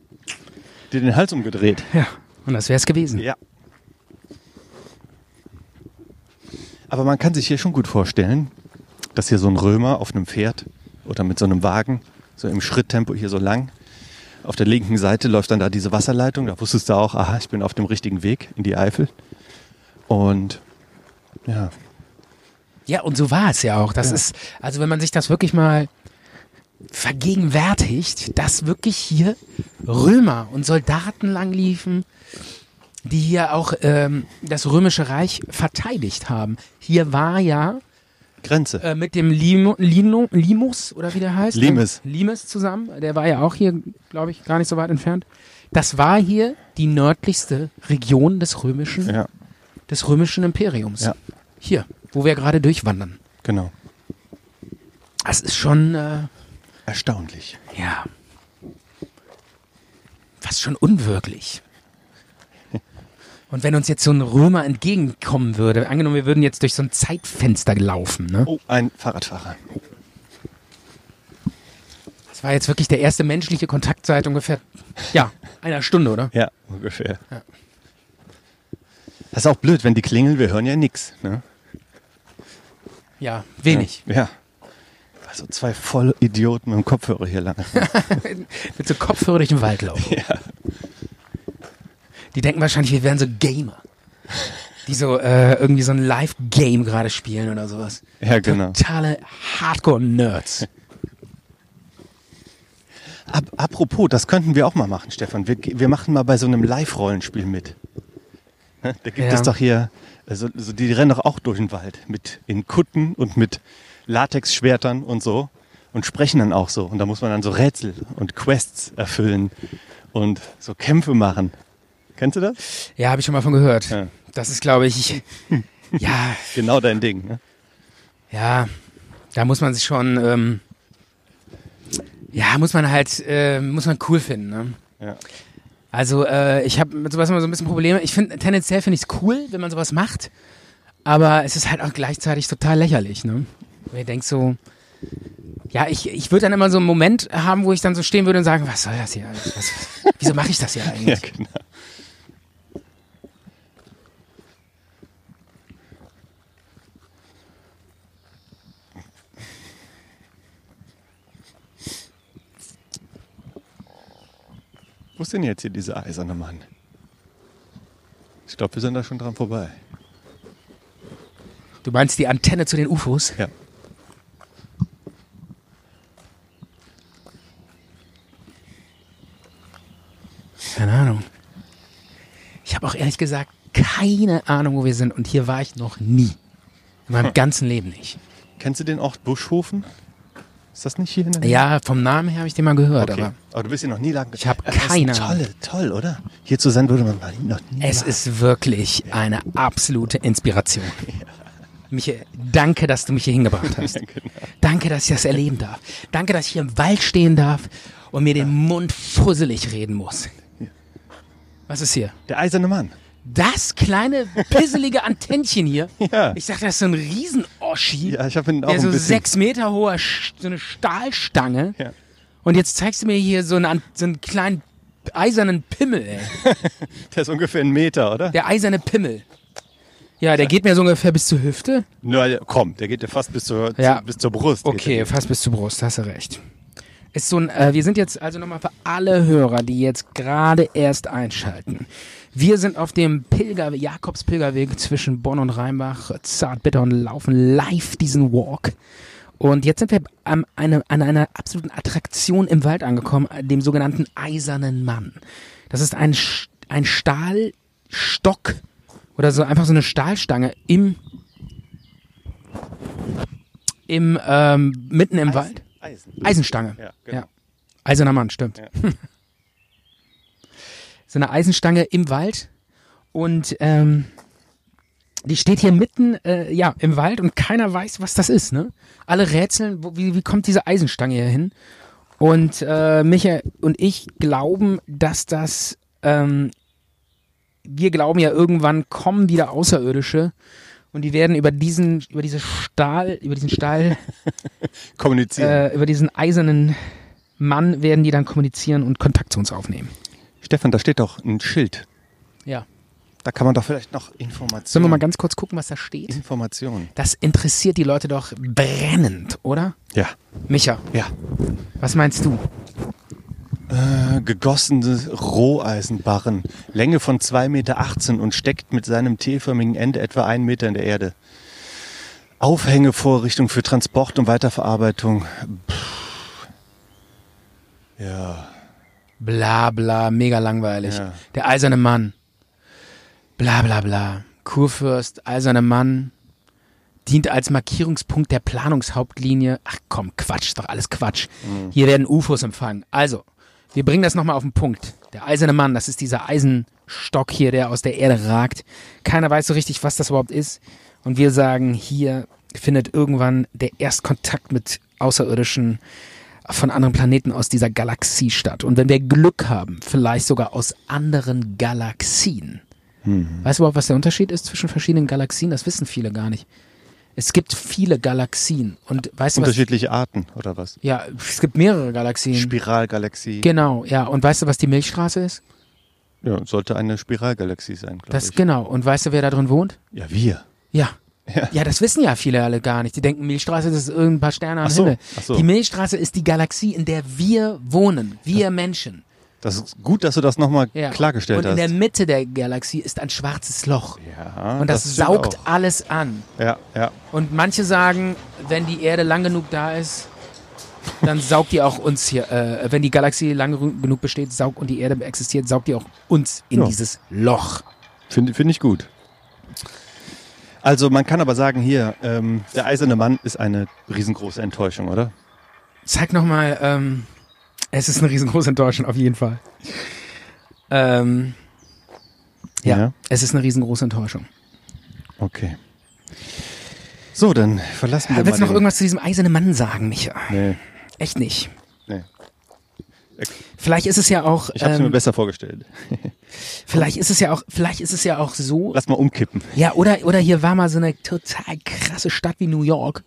Dir den Hals umgedreht. Ja. Und das wäre es gewesen. Ja. Aber man kann sich hier schon gut vorstellen, dass hier so ein Römer auf einem Pferd oder mit so einem Wagen, so im Schritttempo hier so lang, auf der linken Seite läuft dann da diese Wasserleitung. Da wusstest du auch, aha, ich bin auf dem richtigen Weg in die Eifel. Und ja, Ja, und so war es ja auch. Das ist, also wenn man sich das wirklich mal vergegenwärtigt, dass wirklich hier Römer und Soldaten langliefen, die hier auch ähm, das Römische Reich verteidigt haben. Hier war ja Grenze. äh, mit dem Limo, Lino, Limus oder wie der heißt. Limes. Ähm, Limes zusammen. Der war ja auch hier, glaube ich, gar nicht so weit entfernt. Das war hier die nördlichste Region des römischen, ja, des römischen Imperiums. Ja. Hier, wo wir gerade durchwandern. genau. Das ist schon, äh, Erstaunlich. ja, fast schon unwirklich. Und wenn uns jetzt so ein Römer entgegenkommen würde, angenommen, wir würden jetzt durch so ein Zeitfenster laufen, ne? Oh, ein Fahrradfahrer. Das war jetzt wirklich der erste menschliche Kontakt seit ungefähr, ja, einer Stunde, oder? Ja, ungefähr. Das ist auch blöd, wenn die klingeln, wir hören ja nichts. Ne? Ja, wenig. Ja. Also zwei Vollidioten mit dem Kopfhörer hier lang. Mit so Kopfhörer durch den Wald laufen. Die denken wahrscheinlich, wir wären so Gamer. Die so äh, irgendwie so ein Live-Game gerade spielen oder sowas. ja, genau. Totale Hardcore-Nerds. Ap apropos, das könnten wir auch mal machen, Stefan. Wir, wir machen mal bei so einem Live-Rollenspiel mit. Ne? Da gibt Ja. es doch hier, also, so die rennen doch auch durch den Wald mit in Kutten und mit Latexschwertern und so und sprechen dann auch so. Und da muss man dann so Rätsel und Quests erfüllen und so Kämpfe machen. Kennst du das? Ja, habe ich schon mal von gehört. Ja. Das ist, glaube ich, ja, Genau dein Ding. Ne? ja, da muss man sich schon, ähm, ja, muss man halt, äh, muss man cool finden, ne? Ja. Also äh, ich habe mit sowas immer so ein bisschen Probleme. Ich finde tendenziell finde ich es cool, wenn man sowas macht, aber es ist halt auch gleichzeitig total lächerlich. Ne? Wenn ihr denkt so, ja, ich, ich würde dann immer so einen Moment haben, wo ich dann so stehen würde und sagen, was soll das hier? eigentlich? Was, wieso mache ich das hier Ja, eigentlich? genau. Wo ist denn jetzt hier dieser eiserne Mann? Ich glaube, wir sind da schon dran vorbei. Du meinst die Antenne zu den UFOs? Ja. Keine Ahnung. Ich habe auch ehrlich gesagt keine Ahnung, wo wir sind und hier war ich noch nie. In meinem ganzen Leben nicht. Kennst du den Ort Buschhofen? Ist das nicht hier in der Nähe? Ja, vom Namen her habe ich den mal gehört, Okay. aber Aber, du bist hier noch nie lang. Ich hab Das ist keine Äh. Toll, toll, oder? Hier zu sein würde man noch nie. Es machen. ist wirklich eine absolute Inspiration. Michael, danke, dass du mich hier hingebracht hast. Danke, dass ich das erleben darf. Danke, dass ich hier im Wald stehen darf und mir den Mund fusselig reden muss. Was ist hier? der eiserne Mann. Das kleine, pisselige Antennchen hier. Ja. Ich dachte, das ist so ein Riesenoschi. Ja, ich habe ihn auch der ein so bisschen. sechs Meter hoher, Sch- so eine Stahlstange. Ja. Und jetzt zeigst du mir hier so einen, an- so einen kleinen eisernen Pimmel, ey. Der ist ungefähr einen Meter, oder? Der eiserne Pimmel. Ja, der geht mir so ungefähr bis zur Hüfte. Na, der- also, komm, der geht ja fast bis zur, Ja. zu, bis zur Brust. geht Okay, der. fast bis zur Brust, hast du recht. Ist so ein, äh, wir sind jetzt also nochmal für alle Hörer, die jetzt gerade erst einschalten. Wir sind auf dem Pilger, Jakobspilgerweg zwischen Bonn und Rheinbach, Zartbitter und laufen live diesen Walk. Und jetzt sind wir am, eine, an einer absoluten Attraktion im Wald angekommen, dem sogenannten Eisernen Mann. Das ist ein, Sch- ein Stahlstock oder so einfach so eine Stahlstange im, im ähm, mitten im Wald. Eisen. Eisenstange. Ja, genau. Eiserner Mann, stimmt. so eine Eisenstange im Wald und ähm, die steht hier mitten äh, ja, im Wald und keiner weiß, was das ist. Ne? Alle rätseln, wo, wie, wie kommt diese Eisenstange hier hin? Und äh, Micha und ich glauben, dass das, ähm, wir glauben ja, irgendwann kommen wieder Außerirdische und die werden über diesen, über diese Stahl, über diesen Stahl Kommunizieren. äh, über diesen eisernen Mann werden die dann kommunizieren und Kontakt zu uns aufnehmen. Stefan, da steht doch ein Schild. Ja. Da kann man doch vielleicht noch Informationen. Sollen wir mal ganz kurz gucken, was da steht? Informationen. Das interessiert die Leute doch brennend, oder? Ja, Micha, ja. was meinst du? Äh, Gegossene Roheisenbarren, Länge von 2,18 Meter und steckt mit seinem T-förmigen Ende etwa einen Meter in der Erde. Aufhängevorrichtung für Transport und Weiterverarbeitung. Puh. Ja, Bla bla, mega langweilig. Ja. Der eiserne Mann. Bla bla bla. Kurfürst, eiserne Mann. Dient als Markierungspunkt der Planungshauptlinie. Ach komm, Quatsch, ist doch alles Quatsch. Hier werden UFOs empfangen. Also, wir bringen das nochmal auf den Punkt. Der eiserne Mann, das ist dieser Eisenstock hier, der aus der Erde ragt. Keiner weiß so richtig, was das überhaupt ist. Und wir sagen, hier findet irgendwann der Erstkontakt mit Außerirdischen von anderen Planeten aus dieser Galaxie statt. Und wenn wir Glück haben, vielleicht sogar aus anderen Galaxien. Mhm. Weißt du überhaupt, was der Unterschied ist zwischen verschiedenen Galaxien? Das wissen viele gar nicht. Es gibt viele Galaxien. Und weißt du was? unterschiedliche Arten oder was? Ja, es gibt mehrere Galaxien. Spiralgalaxie. Genau, ja. Und weißt du, was die Milchstraße ist? ja, sollte eine Spiralgalaxie sein, glaube Das ich. genau. Und weißt du, wer da drin wohnt? Ja, wir. Ja. Ja. Ja, das wissen ja viele alle gar nicht. Die denken, Milchstraße, das ist irgendein paar Sterne am Ach so, Himmel. ach so. Die Milchstraße ist die Galaxie, in der wir wohnen. Wir Menschen. Das ist gut, dass du das nochmal Ja. klargestellt Und in der hast. Mitte der Galaxie ist ein schwarzes Loch. Ja, Und das, stimmt saugt auch. alles an. Ja, ja. Und manche sagen, wenn die Erde lang genug da ist, dann saugt die auch uns hier. Äh, wenn die Galaxie lang genug- genug besteht, saugt und die Erde existiert, saugt die auch uns in Ja. dieses Loch. Finde find ich gut. Also man kann aber sagen, hier, ähm, der eiserne Mann ist eine riesengroße Enttäuschung, oder? Zeig nochmal, ähm, es ist eine riesengroße Enttäuschung, auf jeden Fall. Ähm, ja, Ja. es ist eine riesengroße Enttäuschung. Okay. So, dann verlassen wir Willst du mal noch irgendwas zu diesem eisernen Mann sagen, Micha? Nee, Echt nicht. nee. Vielleicht ist es ja auch, Ich habe es mir ähm, besser vorgestellt. vielleicht ist es ja auch, vielleicht ist es ja auch so, Lass mal umkippen. Ja, oder, oder hier war mal so eine total krasse Stadt wie New York.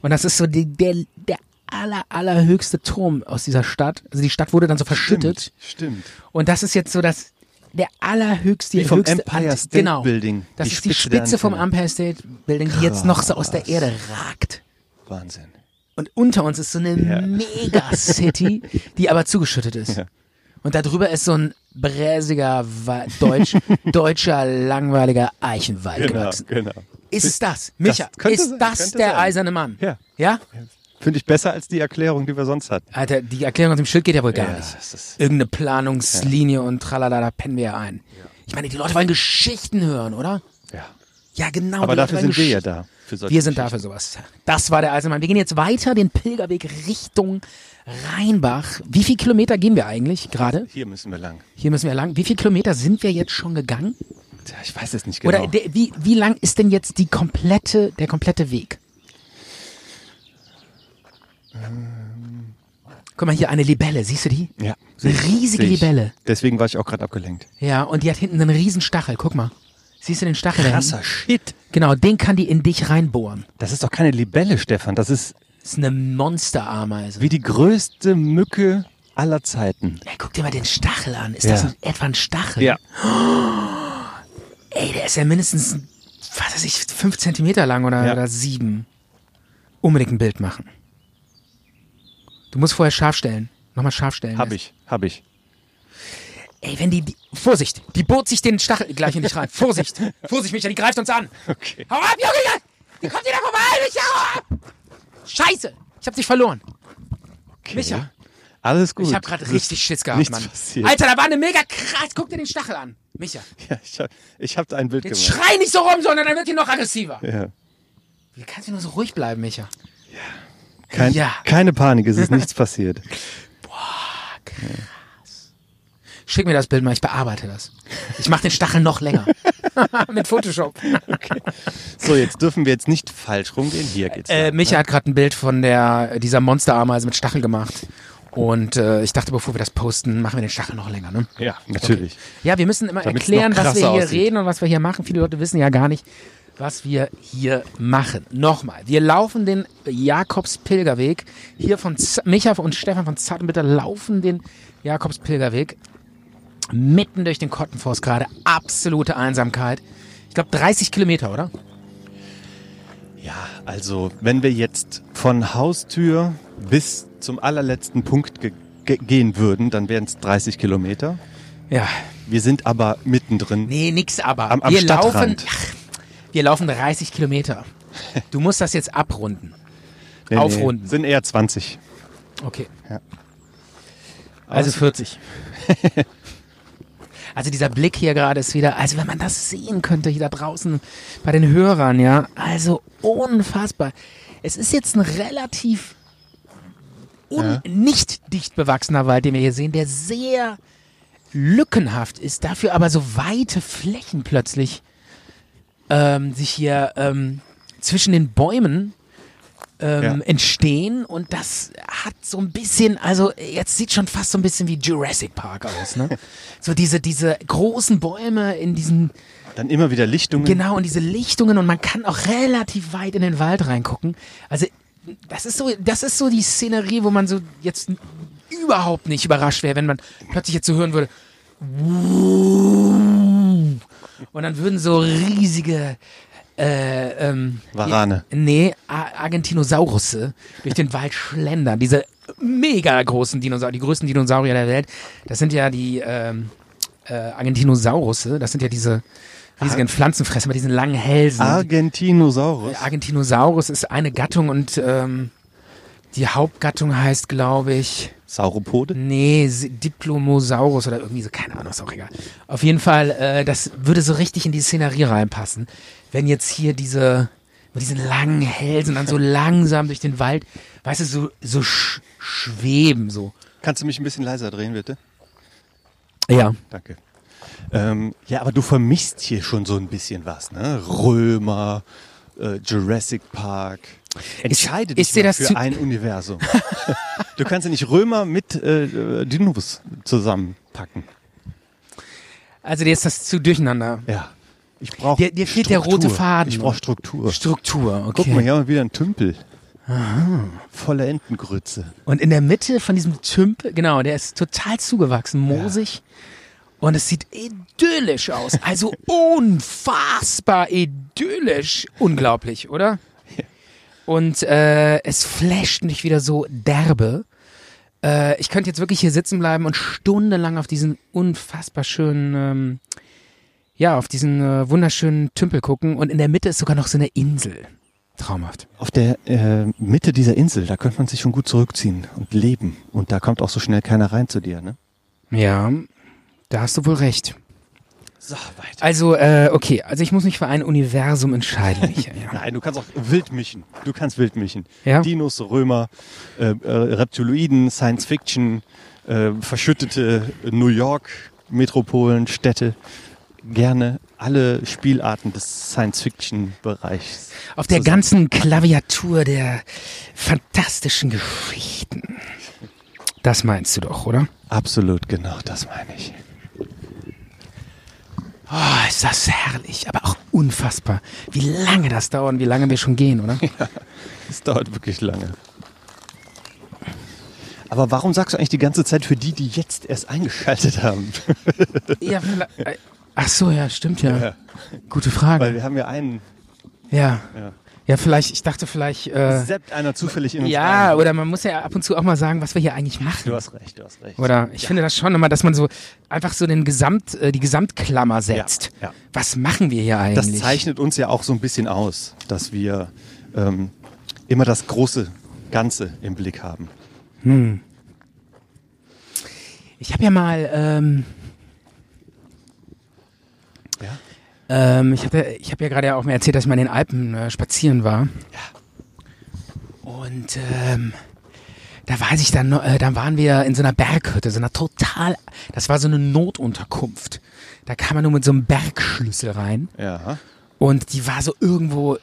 Und das ist so die, der, der aller, allerhöchste Turm aus dieser Stadt. Also die Stadt wurde dann so verschüttet. Stimmt. Und das ist jetzt so das, der allerhöchste, Wie vom höchste Empire Ant- State genau. Building. Das Die ist die Spitze der Spitze vom Antenne. Empire State Building, die jetzt noch so aus der Krass. Erde ragt. Wahnsinn. Und unter uns ist so eine Ja. Megacity, die aber zugeschüttet ist. Ja. Und darüber ist so ein bräsiger Wa- Deutsch, deutscher, langweiliger Eichenwald Genau, gewachsen. genau. Ist es das? Micha, könnte ist sein, das könnte der sein. eiserne Mann? Ja. Ja? Finde ich besser als die Erklärung, die wir sonst hatten. Alter, die Erklärung aus dem Schild geht ja wohl gar Ja, nicht. es ist- Irgendeine Planungslinie und tralala, da pennen wir ja ein. Ich meine, die Leute wollen Geschichten hören, oder? Ja. Ja, genau. die Aber Leute dafür wollen sind wir ja Geschichten- da. Für solche Wir sind da Geschichten. für sowas. Das war der Eisenmann. Wir gehen jetzt weiter den Pilgerweg Richtung Rheinbach. Wie viele Kilometer gehen wir eigentlich gerade? Hier müssen wir lang. Hier müssen wir lang. Wie viele Kilometer sind wir jetzt schon gegangen? Tja, Ich weiß es nicht genau. Oder der, wie, wie lang ist denn jetzt die komplette, der komplette Weg? Guck mal hier, eine Libelle, siehst du die? Ähm. ja. Eine riesige Sehe ich. Libelle. Deswegen war ich auch gerade abgelenkt. Ja, und die hat hinten einen riesen Stachel, guck mal. Siehst du den Stachel da hinten? Shit. Genau, den kann die in dich reinbohren. Das ist doch keine Libelle, Stefan. Das ist Das ist eine also. Monsterameise. wie die größte Mücke aller Zeiten. Ey, guck dir mal den Stachel an. Ist Ja. das ein, etwa ein Stachel? Ey, der ist ja mindestens, was weiß ich, fünf Zentimeter lang oder, Ja. oder sieben. Unbedingt ein Bild machen. Du musst vorher scharf stellen. Nochmal scharf stellen. Hab ich, hab ich. Ey, wenn die, die. Vorsicht! Die bohrt sich den Stachel gleich in dich rein. Vorsicht! Vorsicht, Micha, die greift uns an! Okay. Hau ab, Junge! Die kommt wieder vorbei, Micha! Hau ab! Scheiße! Ich hab dich verloren. Micha, Alles gut. ich hab gerade Das richtig ist Schiss gehabt, nichts Mann. Passiert. Alter, da war eine mega krass. Guck dir den Stachel an. Micha, Ja, ich hab, ich hab ein Bild jetzt gemacht. schrei nicht so rum, sondern dann wird die noch aggressiver. Ja. Wie kannst du nur so ruhig bleiben, Micha? Kein, Ja. Keine Panik, es ist nichts passiert. Schick mir das Bild mal, ich bearbeite das. Ich mach den Stachel noch länger. Mit Photoshop. So, jetzt dürfen wir jetzt nicht falsch rumgehen. Hier geht's. Äh, Micha hat gerade ein Bild von der, dieser Monsterameise mit Stachel gemacht. Und äh, ich dachte, bevor wir das posten, machen wir den Stachel noch länger. Ne? ja, natürlich. Ja, wir müssen immer Damit's erklären, noch was wir krasser hier aussieht. reden und was wir hier machen. Viele Leute wissen ja gar nicht, was wir hier machen. Nochmal, wir laufen den Jakobspilgerweg. Hier von Z Micha und Stefan von Zartenbitter laufen den Jakobspilgerweg. Mitten durch den Kottenforst gerade. Absolute Einsamkeit. Ich glaube 30 Kilometer, oder? Ja, also wenn wir jetzt von Haustür bis zum allerletzten Punkt ge ge gehen würden, dann wären es 30 Kilometer. Ja. Wir sind aber mittendrin. Nee, nix aber. Am- am wir laufen, Stadtrand. ach, wir laufen 30 Kilometer. Du musst das jetzt abrunden. nee, aufrunden. Sind eher 20. Okay. Ja. Also 40. Also dieser Blick hier gerade ist wieder, also wenn man das sehen könnte hier da draußen bei den Hörern, ja, also unfassbar. Es ist jetzt ein relativ un um nicht dicht bewachsener Wald, den wir hier sehen, der sehr lückenhaft ist, dafür aber so weite Flächen plötzlich ähm, sich hier ähm, zwischen den Bäumen ähm, Ja. entstehen und das hat so ein bisschen, also jetzt sieht schon fast so ein bisschen wie Jurassic Park aus, ne? so diese, diese großen Bäume in diesen, Dann immer wieder Lichtungen. genau, und diese Lichtungen und man kann auch relativ weit in den Wald reingucken. Also das ist so, das ist so die Szenerie, wo man so jetzt n- überhaupt nicht überrascht wäre, wenn man plötzlich jetzt so hören würde. Und dann würden so riesige äh, ähm, Warane. Nee, A Argentinusaurusse durch den Wald schlendern. Diese mega großen Dinosaurier, die größten Dinosaurier der Welt. Das sind ja die ähm, äh, Argentinusaurusse. Das sind ja diese riesigen Pflanzenfresser mit diesen langen Hälsen. Ah, Argentinosaurus. Argentinosaurus ist eine Gattung und ähm, die Hauptgattung heißt, glaube ich, Sauropode. Nee, S- Diplomosaurus oder irgendwie so, keine Ahnung, ist auch egal. Auf jeden Fall, äh, das würde so richtig in die Szenerie reinpassen, wenn jetzt hier diese, mit diesen langen Hälsen dann so langsam durch den Wald, weißt du, so, so sch schweben, so. Kannst du mich ein bisschen leiser drehen, bitte? Ja. Danke. Ähm, ja, aber du vermisst hier schon so ein bisschen was, ne? Römer, äh, Jurassic Park. Entscheide dich ist dir mal das zu- für ein Universum. du kannst ja nicht Römer mit äh, äh, Dinos zusammenpacken. Also dir ist das zu durcheinander. Ja. Ich brauche Dir- dir fehlt der rote Faden, Ich brauche oder? Struktur. Struktur, okay. Guck mal, hier haben wir wieder einen Tümpel. Voller Entengrütze. Und in der Mitte von diesem Tümpel, genau, der ist total zugewachsen, moosig. Und es sieht idyllisch aus. Also unfassbar idyllisch. Unglaublich, oder? Und äh, es flasht mich wieder so derbe. Äh, ich könnte jetzt wirklich hier sitzen bleiben und stundenlang auf diesen unfassbar schönen, ähm, ja, auf diesen äh, wunderschönen Tümpel gucken. Und in der Mitte ist sogar noch so eine Insel. Traumhaft. Auf der äh, Mitte dieser Insel, da könnte man sich schon gut zurückziehen und leben. Und da kommt auch so schnell keiner rein zu dir, ne? Ja, da hast du wohl recht. So, weiter. Also, äh, okay, also ich muss mich für ein Universum entscheiden. Michael, ja. Nein, du kannst auch wild mischen. Du kannst wild mischen. Ja? Dinos, Römer, äh, äh, Reptiloiden, Science Fiction, äh, verschüttete New York, Metropolen, Städte. Gerne alle Spielarten des Science Fiction Bereichs. Auf der zusammen. ganzen Klaviatur der fantastischen Geschichten. Das meinst du doch, oder? Absolut, genau, das meine ich. Oh, ist das herrlich, aber auch unfassbar. Wie lange das dauert und wie lange wir schon gehen, oder? Es dauert wirklich lange. Aber warum sagst du eigentlich die ganze Zeit für die, die jetzt erst eingeschaltet haben? ja, vielleicht- äh, Ach so, ja, stimmt ja. Gute Frage. Weil wir haben ja einen. ja. ja. Ja, vielleicht, ich dachte vielleicht, äh, Seppt einer zufällig in uns ja, rein. oder man muss ja ab und zu auch mal sagen, was wir hier eigentlich machen. Du hast recht, du hast recht. Oder ich finde das schon immer, dass man so einfach so den Gesamt, äh, die Gesamtklammer setzt. Ja, ja. Was machen wir hier eigentlich? Das zeichnet uns ja auch so ein bisschen aus, dass wir ähm, immer das große Ganze im Blick haben. Ich habe ja mal, ähm, Ja. ähm, ich habe ich hab ja gerade ja auch mir erzählt, dass ich mal in den Alpen äh, spazieren war. Und ähm, da weiß ich dann, noch, äh, da waren wir in so einer Berghütte, so einer total, das war so eine Notunterkunft. Da kam man nur mit so einem Bergschlüssel rein Ja. und die war so irgendwo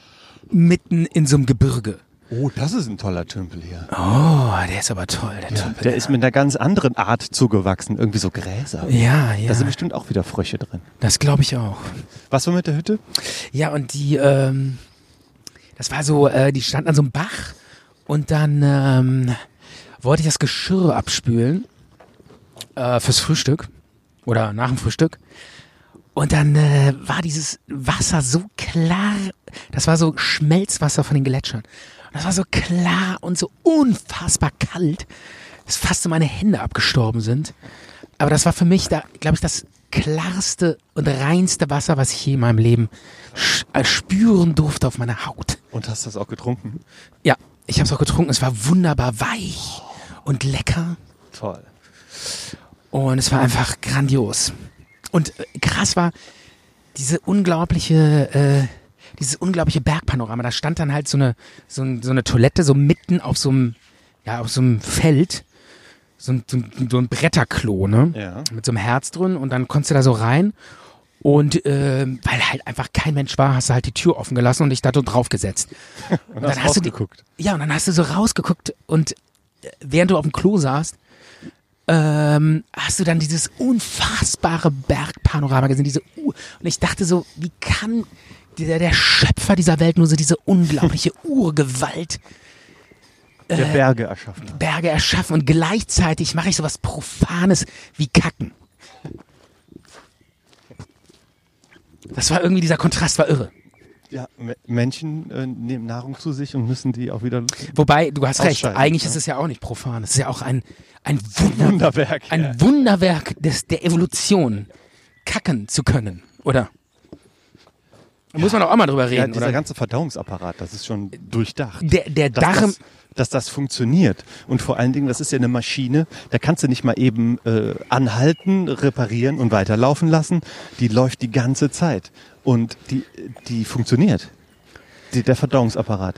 mitten in so einem Gebirge. Oh, das ist ein toller Tümpel hier. Oh, der ist aber toll, der Tümpel. Der ist mit einer ganz anderen Art zugewachsen, irgendwie so Gräser. Ja, ja, Da sind bestimmt auch wieder Frösche drin. das glaube ich auch. Was war mit der Hütte? Ja, und die, ähm, das war so, äh, die stand an so einem Bach und dann ähm, wollte ich das Geschirr abspülen äh, fürs Frühstück oder nach dem Frühstück. Und dann äh, war dieses Wasser so klar, das war so Schmelzwasser von den Gletschern. Und das war so klar und so unfassbar kalt, dass fast so meine Hände abgestorben sind. Aber das war für mich, da glaube ich, das klarste und reinste Wasser, was ich je in meinem Leben sch- äh, spüren durfte auf meiner Haut. Und hast das auch getrunken? Ja, ich habe es auch getrunken. Es war wunderbar weich und lecker. Toll. Und es war einfach grandios. Und äh, krass war diese unglaubliche, äh, dieses unglaubliche Bergpanorama. Da stand dann halt so eine, so, ein, so eine Toilette so mitten auf so einem, ja, auf so einem Feld. So ein, so ein, so ein Bretterklo, ne? Ja. Mit so einem Herz drin und dann konntest du da so rein. Und ähm, weil halt einfach kein Mensch war, hast du halt die Tür offen gelassen und dich da so draufgesetzt. Und, hast, hast du die- rausgeguckt. Ja, und dann hast du so rausgeguckt und äh, während du auf dem Klo saßt, ähm, hast du dann dieses unfassbare Bergpanorama gesehen, diese U und ich dachte so, wie kann der, der Schöpfer dieser Welt nur so diese unglaubliche Urgewalt der Berge erschaffen. hat. Berge erschaffen und gleichzeitig mache ich sowas Profanes wie Kacken. Das war irgendwie, dieser Kontrast war irre. Ja, M- Menschen äh, nehmen Nahrung zu sich und müssen die auch wieder. Wobei, du hast recht, Ausscheiden, eigentlich ja. ist es ja auch nicht profan. Es ist ja auch ein, ein Wunder, Wunderwerk, Ein ja. Wunderwerk des, der Evolution, kacken zu können, oder? Da muss man doch auch mal drüber Ja, reden, dieser oder? ganze Verdauungsapparat, das ist schon durchdacht. Der, der dass, Darm, das, dass das funktioniert. Und vor allen Dingen, das ist ja eine Maschine, da kannst du nicht mal eben äh, anhalten, reparieren und weiterlaufen lassen. Die läuft die ganze Zeit. Und die, die funktioniert. Die, der Verdauungsapparat.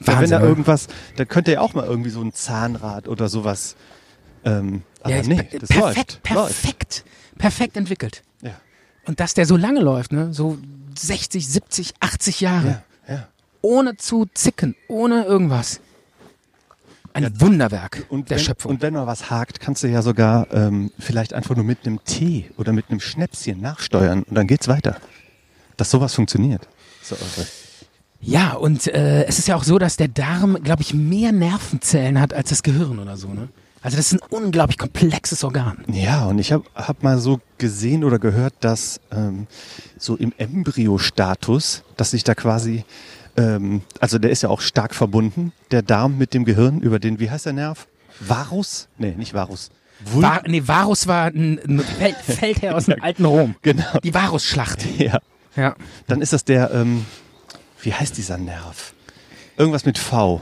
Weil wenn Wahnsinn, da ne? irgendwas, da könnte ja auch mal irgendwie so ein Zahnrad oder sowas. Ähm, aber ja, nee, per- das perfekt, läuft. perfekt, perfekt entwickelt. läuft. Ja, Und dass der so lange läuft, ne? So 60, 70, 80 Jahre, ja, ja. ohne zu zicken, ohne irgendwas. Ein Wunderwerk Und der wenn, Schöpfung. Und wenn mal was hakt, kannst du ja sogar ähm, vielleicht einfach nur mit einem Tee oder mit einem Schnäpschen nachsteuern und dann geht's weiter. Dass sowas funktioniert. So irre. ja, und äh, es ist ja auch so, dass der Darm, glaube ich, mehr Nervenzellen hat als das Gehirn oder so, ne? Also das ist ein unglaublich komplexes Organ. Ja, und ich habe hab mal so gesehen oder gehört, dass ähm, so im Embryostatus, dass sich da quasi, ähm, also der ist ja auch stark verbunden, der Darm mit dem Gehirn über den, wie heißt der Nerv? Varus? Nee, nicht Varus. Vul Var nee, Varus war ein, ein Fel- Feldherr aus dem alten Rom. Genau. Die Varusschlacht. Ja. Ja. Dann ist das der, ähm, wie heißt dieser Nerv? Irgendwas mit V.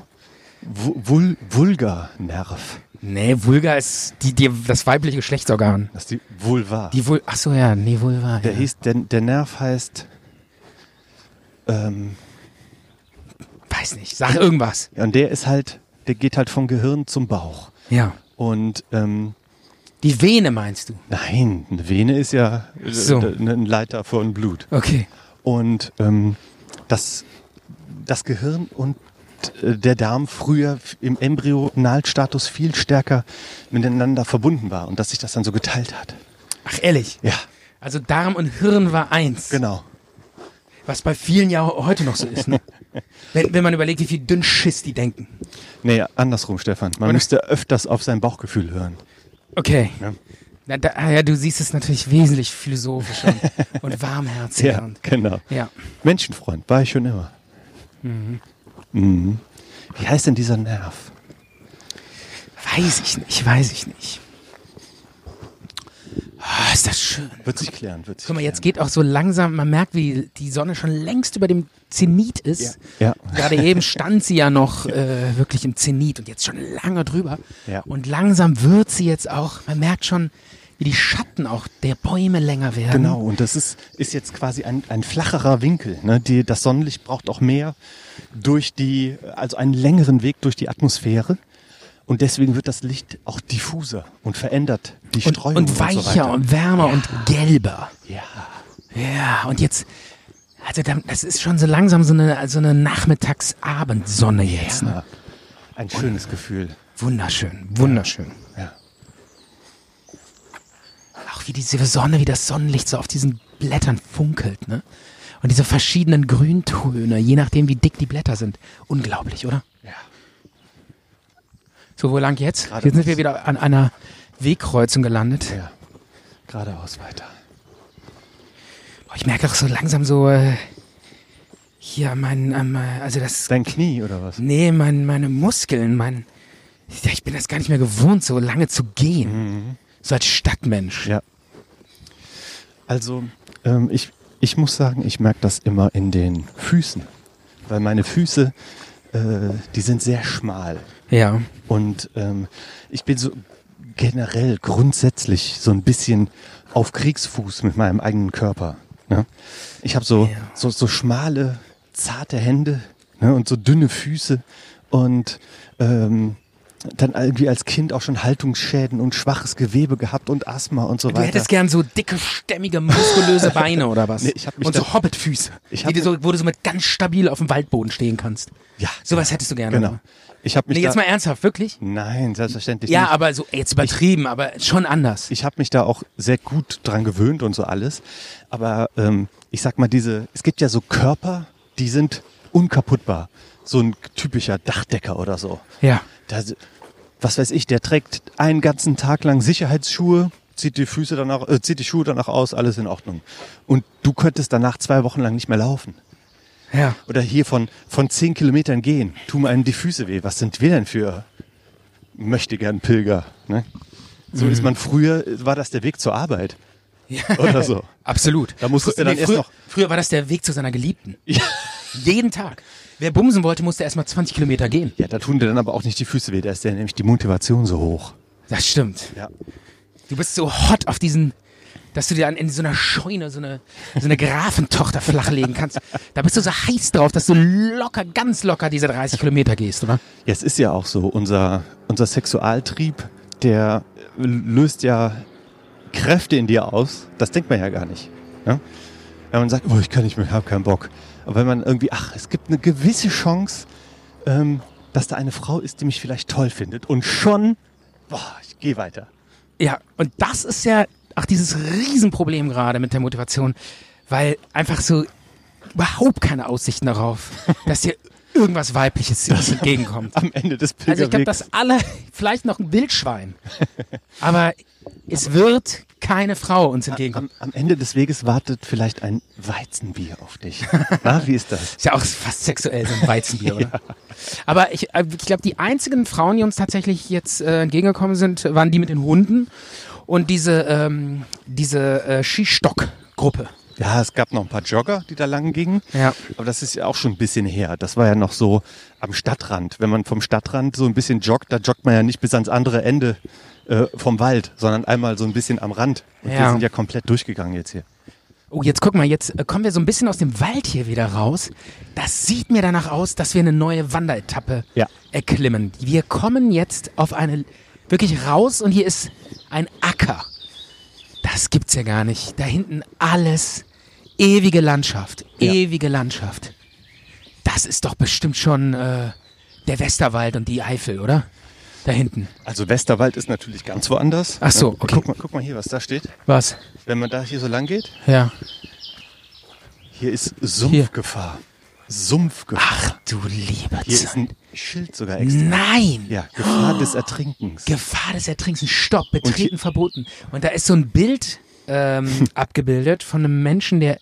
Vu- Vul Vulgarnerv. Nee, Vulga ist die, die, das weibliche Geschlechtsorgan. Das ist die Vulva. Die Vul Achso, ja, nee, Vulva. der, ja. hieß, der, der Nerv heißt, ähm, Weiß nicht, sag irgendwas. ja, und der ist halt, der geht halt vom Gehirn zum Bauch. Ja. Und ähm, Die Vene meinst du? nein, eine Vene ist ja äh, So. d- ein Leiter von Blut. Okay. Und ähm, das, das Gehirn und äh, der Darm früher im Embryonalstatus viel stärker miteinander verbunden war und dass sich das dann so geteilt hat. Ach, ehrlich. Ja, Also Darm und Hirn war eins. genau. Was bei vielen ja heute noch so ist, ne? wenn, wenn man überlegt, wie viel Dünnschiss die denken. Nee, andersrum, Stefan. Man müsste öfters auf sein Bauchgefühl hören. Okay. Ja. Na, da, ah ja, du siehst es natürlich wesentlich philosophischer und warmherziger. Ja, und- genau. ja. Mhm. Menschenfreund, war ich schon immer. Mhm. Wie heißt denn dieser Nerv? Weiß ich nicht, weiß ich nicht. Ah, ist das schön. Wird sich klären, wird sich Guck mal, jetzt klären. geht auch so langsam, man merkt, wie die Sonne schon längst über dem Zenit ist. Ja. Gerade eben stand sie ja noch äh, wirklich im Zenit und jetzt schon lange drüber. Ja. Und langsam wird sie jetzt auch, man merkt schon, wie die Schatten auch der Bäume länger werden. Genau, und das ist, ist jetzt quasi ein, ein flacherer Winkel. Ne? Die, das Sonnenlicht braucht auch mehr durch die, also einen längeren Weg durch die Atmosphäre. Und deswegen wird das Licht auch diffuser und verändert die Und, Streuung. und weicher so und, weiter. wärmer und gelber. Ja. Ja, und jetzt, also dann- das ist schon so langsam so eine, so eine Nachmittagsabendsonne jetzt. Ne? ja. Ein schönes Gefühl. Wunderschön, wunderschön. Ja. Auch wie diese Sonne, wie das Sonnenlicht so auf diesen Blättern funkelt, ne? Und diese verschiedenen Grüntöne, je nachdem, wie dick die Blätter sind. Unglaublich, oder? Ja. So, wo lang jetzt? Geradeaus. Jetzt sind wir wieder an einer Wegkreuzung gelandet. ja. Geradeaus weiter. Boah, Oh, ich merke auch so langsam so äh, hier mein, ähm, äh, also das, Dein Knie oder was? nee, mein, meine Muskeln, mein, ja, ich bin das gar nicht mehr gewohnt, so lange zu gehen. Mhm. So als Stadtmensch. Ja. Also, ähm, ich, ich muss sagen, ich merke das immer in den Füßen. Weil meine Füße, äh, die sind sehr schmal. ja. Und ähm, ich bin so generell grundsätzlich so ein bisschen auf Kriegsfuß mit meinem eigenen Körper. Ne? Ich habe so, Ja. so, so schmale, zarte Hände ne? und so dünne Füße und ähm, dann irgendwie als Kind auch schon Haltungsschäden und schwaches Gewebe gehabt und Asthma und so Du weiter. hättest gern so dicke, stämmige, muskulöse Beine oder was? Nee, ich hab mich Und da- so Hobbitfüße, Ich die hab du mi- so, wo du so mit ganz stabil auf dem Waldboden stehen kannst. Ja. Sowas hättest du gerne. genau. oder? Ich habe mich Nee, jetzt da, mal ernsthaft, wirklich? Nein, selbstverständlich Ja, nicht. aber so jetzt übertrieben, aber schon anders. ich habe mich da auch sehr gut dran gewöhnt und so alles. Aber ähm, ich sag mal, diese, es gibt ja so Körper, die sind unkaputtbar. So ein typischer Dachdecker oder so. ja. Da, was weiß ich, der trägt einen ganzen Tag lang Sicherheitsschuhe, zieht die Füße danach, äh, zieht die Schuhe danach aus, alles in Ordnung. Und du könntest danach zwei Wochen lang nicht mehr laufen. Ja. Oder hier von, von zehn Kilometern gehen, tun einem die Füße weh. Was sind wir denn für möchte gern Pilger? Ne? So ist man früher, war das der Weg zur Arbeit. Oder so. Absolut. Da musstest du dann erst früher, noch- Früher war das der Weg zu seiner Geliebten. Ja. Jeden Tag. Wer bumsen wollte, musste erst mal 20 Kilometer gehen. ja, da tun dir dann aber auch nicht die Füße weh, da ist ja nämlich die Motivation so hoch. Das stimmt. Ja. Du bist so hot auf diesen, dass du dir dann in so einer Scheune so eine, so eine Grafentochter flachlegen kannst. Da bist du so heiß drauf, dass du locker, ganz locker diese 30 Kilometer gehst, oder? Ja, es ist ja auch so, unser, unser Sexualtrieb, der äh, löst ja Kräfte in dir aus. Das denkt man ja gar nicht. Ne? Wenn man sagt, oh, ich kann nicht mehr, ich habe keinen Bock. Aber wenn man irgendwie, ach, es gibt eine gewisse Chance, ähm, dass da eine Frau ist, die mich vielleicht toll findet. Und schon, boah, ich gehe weiter. Ja, und das ist ja auch dieses Riesenproblem gerade mit der Motivation, weil einfach so überhaupt keine Aussichten darauf, dass dir irgendwas Weibliches entgegenkommt. Am Ende des Pilgerwegs. Also ich glaube, das alle, vielleicht noch ein Wildschwein. Aber es wird keine Frau uns entgegenkommen. am, am Ende des Weges wartet vielleicht ein Weizenbier auf dich. Na, wie ist das? Ist ja auch fast sexuell so ein Weizenbier, oder? Aber ich, äh, ich glaube, die einzigen Frauen, die uns tatsächlich jetzt äh, entgegengekommen sind, waren die mit den Hunden und diese, ähm, diese äh, Skistock-Gruppe. Ja, es gab noch ein paar Jogger, die da lang gingen. Ja. Aber das ist ja auch schon ein bisschen her. Das war ja noch so am Stadtrand. Wenn man vom Stadtrand so ein bisschen joggt, da joggt man ja nicht bis ans andere Ende äh, vom Wald, sondern einmal so ein bisschen am Rand. Und wir Ja. sind ja komplett durchgegangen jetzt hier. Oh, jetzt guck mal, jetzt äh, kommen wir so ein bisschen aus dem Wald hier wieder raus. Das sieht mir danach aus, dass wir eine neue Wanderetappe Ja. erklimmen. Wir kommen jetzt auf eine wirklich raus und hier ist ein Acker. Das gibt's ja gar nicht. Da hinten alles ewige Landschaft, Ja. ewige Landschaft. Das ist doch bestimmt schon äh, der Westerwald und die Eifel, oder? Da hinten. Also Westerwald ist natürlich ganz woanders. Ach so, Ja, okay. Guck mal, guck mal hier, was da steht. Was? Wenn man da hier so lang geht, Ja. hier ist Sumpfgefahr. Sumpfgefahr. Ach du lieber Hier ist Zeit. ein Schild sogar extra. Nein! Ja, Gefahr des Ertrinkens. Gefahr des Ertrinkens, Stopp, Und Betreten hier- verboten. Und da ist so ein Bild ähm, abgebildet von einem Menschen, der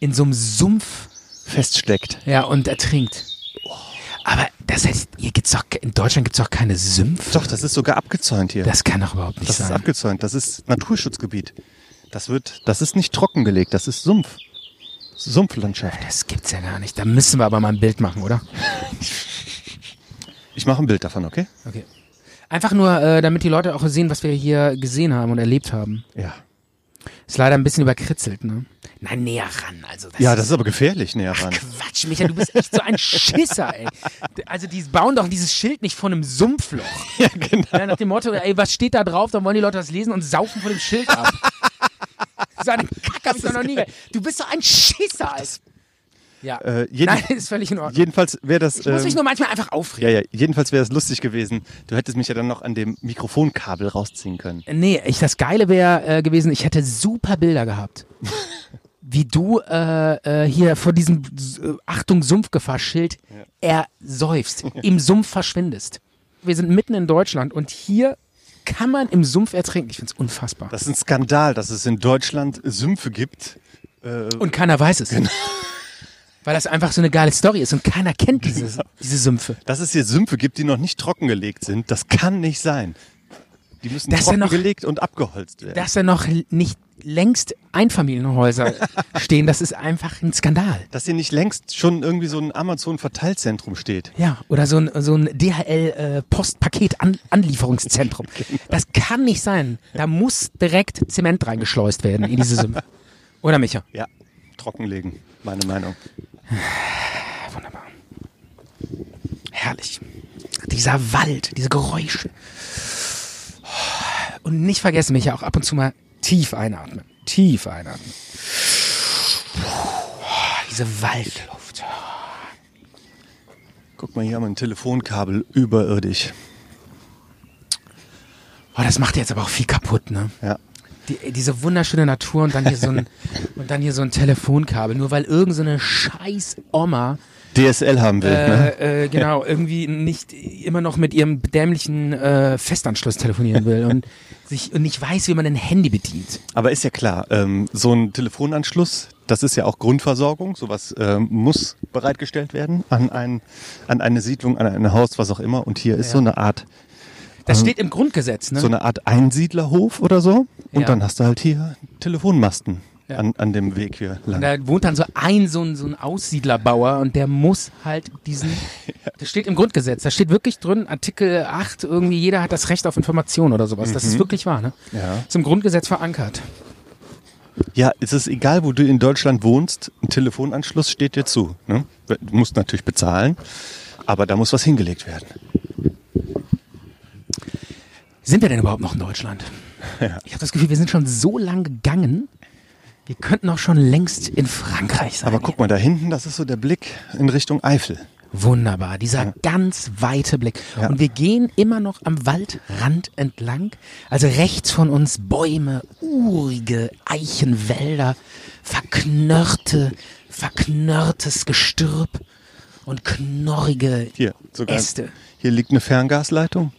in so einem Sumpf Feststeckt. ja, und ertrinkt. Aber das heißt, hier gibt's doch, in Deutschland gibt es doch keine Sümpfe. Doch, das ist sogar abgezäunt hier. Das kann doch überhaupt nicht Das ist sein. abgezäunt. Das ist Naturschutzgebiet. Das wird, das ist nicht trockengelegt. Das ist Sumpf. Sumpflandschaft. Das gibt's ja gar nicht. Da müssen wir aber mal ein Bild machen, oder? Ich mache ein Bild davon, okay? Okay. Einfach nur, äh, damit die Leute auch sehen, was wir hier gesehen haben und erlebt haben. Ja. Ist leider ein bisschen überkritzelt, ne? Nein, näher ran. Also das Ja, das ist aber gefährlich näher ran. Quatsch, Micha, du bist echt so ein Schisser, ey. Also die bauen doch dieses Schild nicht von einem Sumpfloch. Ja, genau. nach dem Motto, ey, was steht da drauf? Dann wollen die Leute das lesen und saufen von dem Schild ab. so eine Kacke hab ich doch noch nie gehört. Du bist doch ein Schisser, ey. Ja. Äh, jeden- Nein, ist völlig in Ordnung. Jedenfalls wäre das. Ich muss mich ähm, nur manchmal einfach aufregen. ja, ja, jedenfalls wäre es lustig gewesen. Du hättest mich ja dann noch an dem Mikrofonkabel rausziehen können. Nee, ich, das Geile wäre äh, gewesen, ich hätte super Bilder gehabt. Wie du äh, äh, hier vor diesem S- äh, Achtung Sumpfgefahr-Schild ersäufst, im Sumpf verschwindest. Wir sind mitten in Deutschland und hier kann man im Sumpf ertrinken. Ich find's unfassbar. Das ist ein Skandal, dass es in Deutschland Sümpfe gibt. und keiner weiß es. Weil das einfach so eine geile Story ist und keiner kennt diese, diese Sümpfe. Dass es hier Sümpfe gibt, die noch nicht trockengelegt sind, das kann nicht sein. Die müssen Das ist ja noch- trockengelegt und abgeholzt werden. Dass da noch l- nicht längst Einfamilienhäuser stehen, das ist einfach ein Skandal. Dass hier nicht längst schon irgendwie so ein Amazon-Verteilzentrum steht. Ja, oder so ein, so ein äh, DHL-Postpaket-Anlieferungszentrum. Das kann nicht sein. Da muss direkt Zement reingeschleust werden in diese Summe. Oder Micha? Ja, trockenlegen, meine Meinung. Wunderbar. Herrlich. Dieser Wald, diese Geräusche. Und nicht vergessen, Micha, auch ab und zu mal tief einatmen. Tief einatmen. Diese Waldluft. Guck mal, hier haben wir ein Telefonkabel überirdisch. Oh, das macht jetzt aber auch viel kaputt, ne? Ja. Die, diese wunderschöne Natur und dann hier so ein und dann hier so ein Telefonkabel, nur weil irgendeine so eine scheiß Oma DSL haben will, ne? äh, äh, genau irgendwie nicht immer noch mit ihrem dämlichen äh, Festanschluss telefonieren will und sich und nicht weiß, wie man ein Handy bedient. Aber ist ja klar, ähm, so ein Telefonanschluss, das ist ja auch Grundversorgung. Sowas ähm, muss bereitgestellt werden an, ein, an eine Siedlung, an ein Haus, was auch immer. Und hier ist so eine Art, Das steht im Grundgesetz, ne? Also so eine Art Einsiedlerhof oder so. Und Ja. dann hast du halt hier Telefonmasten Ja. an, an dem Weg hier lang. und da wohnt dann so ein so ein, so ein Aussiedlerbauer und der muss halt diesen das steht im Grundgesetz, da steht wirklich drin Artikel 8 irgendwie jeder hat das Recht auf Information oder sowas. Das ist wirklich wahr, ne? Mhm. Ja. Ist im Grundgesetz verankert. Ja, es ist egal, wo du in Deutschland wohnst, ein Telefonanschluss steht dir zu. Ne? Du musst natürlich bezahlen, aber da muss was hingelegt werden. Sind wir denn überhaupt noch in Deutschland? Ich habe das Gefühl, wir sind schon so lang gegangen. Wir könnten auch schon längst in Frankreich sein. Aber guck mal, da hinten, das ist so der Blick in Richtung Eifel. Wunderbar, dieser ganz weite Blick. Ja. Und wir gehen immer noch am Waldrand entlang. Also rechts von uns Bäume, urige Eichenwälder, verknörrte, verknörrtes Gestirb und knorrige Hier, sogar. Äste. Hier liegt eine Ferngasleitung.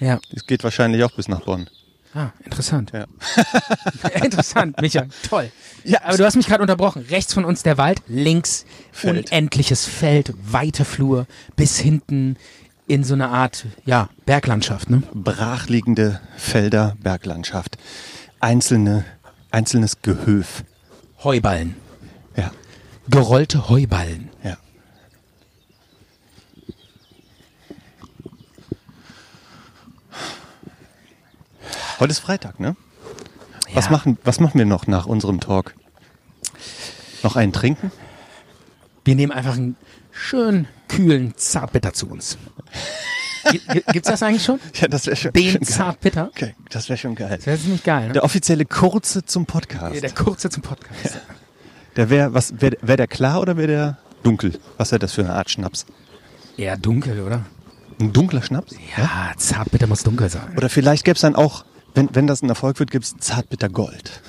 Ja, Es geht wahrscheinlich auch bis nach Bonn. ah, interessant. Ja. Interessant, Micha. Toll. Ja. aber du hast mich gerade unterbrochen. Rechts von uns der Wald, links Feld. unendliches Feld, weite Flur, bis hinten in so eine Art, ja, Berglandschaft, ne? Brachliegende Felder, Berglandschaft. Einzelne, einzelnes Gehöf. Heuballen. Ja, Gerollte Heuballen. ja. Heute ist Freitag, ne? Was, Ja. machen, was machen wir noch nach unserem Talk? Noch einen trinken? Wir nehmen einfach einen schönen, kühlen Zartbitter zu uns. G- g- Gibt's das eigentlich schon? Ja, das wäre schon, Den Zartbitter? Okay, das wäre schon geil. Das ist nicht geil, ne? Der offizielle kurze zum Podcast. Der kurze zum Podcast. Der wäre was wär, wär der klar oder wäre der dunkel? Was wäre das für eine Art Schnaps? Eher dunkel, oder? Ein dunkler Schnaps? Ja, Zartbitter muss dunkel sein. Oder vielleicht gäbe es dann auch, wenn, wenn das ein Erfolg wird, gibt's Zartbitter Gold.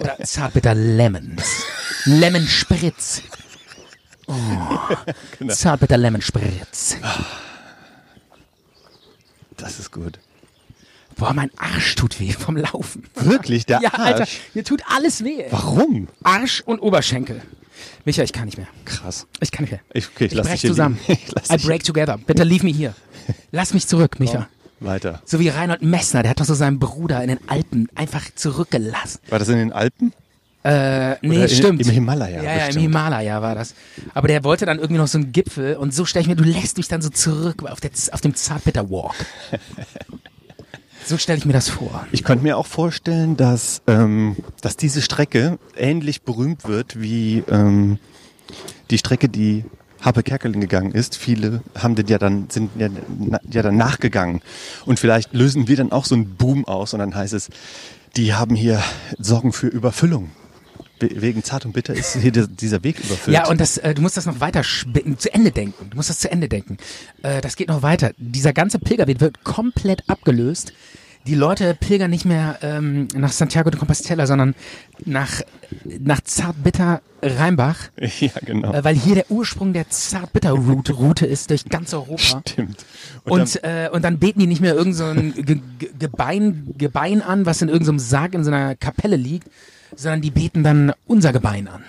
Oder Zartbitter Lemons. Lemon Spritz. Oh. Genau. Zartbitter Lemon Spritz. Das ist gut. Boah, mein Arsch tut weh vom Laufen. Wirklich? Der ja, Arsch? Alter, mir tut alles weh. Warum? Arsch und Oberschenkel. Micha, ich kann nicht mehr. Krass. Ich kann nicht mehr. Ich, okay, ich, Ich lass brech dich hier zusammen. liegen. Ich lass I dich break together. Bitte leave me here. Lass mich zurück, Micha. Weiter. So wie Reinhold Messner, der hat doch so seinen Bruder in den Alpen einfach zurückgelassen. War das in den Alpen? Äh, nee, Oder in- stimmt. im Himalaya Ja, ja, im bestimmt. Himalaya war das. Aber der wollte dann irgendwie noch so einen Gipfel und so stelle ich mir, du lässt mich dann so zurück auf, der, auf dem Zartbitter Walk. so stelle ich mir das vor. Ich könnte mir auch vorstellen, dass, ähm, dass diese Strecke ähnlich berühmt wird wie ähm, die Strecke, die Happe Kerkeling gegangen ist. Viele haben den ja dann, sind ja, na- ja dann nachgegangen. Und vielleicht lösen wir dann auch so einen Boom aus und dann heißt es, die haben hier Sorgen für Überfüllung. We- Wegen Zart und Bitter ist hier der- dieser Weg überfüllt. Ja, und das, äh, du musst das noch weiter sp- zu Ende denken. Du musst das zu Ende denken. Äh, das geht noch weiter. Dieser ganze Pilgerweg wird komplett abgelöst. Die Leute pilgern nicht mehr ähm, nach Santiago de Compostela, sondern nach, nach Zartbitter Rheinbach, ja genau. äh, weil hier der Ursprung der Zartbitter Route, Route ist durch ganz Europa. Stimmt. Und, Und, äh, und dann beten die nicht mehr irgend so ein Ge Ge Gebein, Gebein an, was in irgendeinem Sarg in so einer Kapelle liegt, sondern die beten dann unser Gebein an.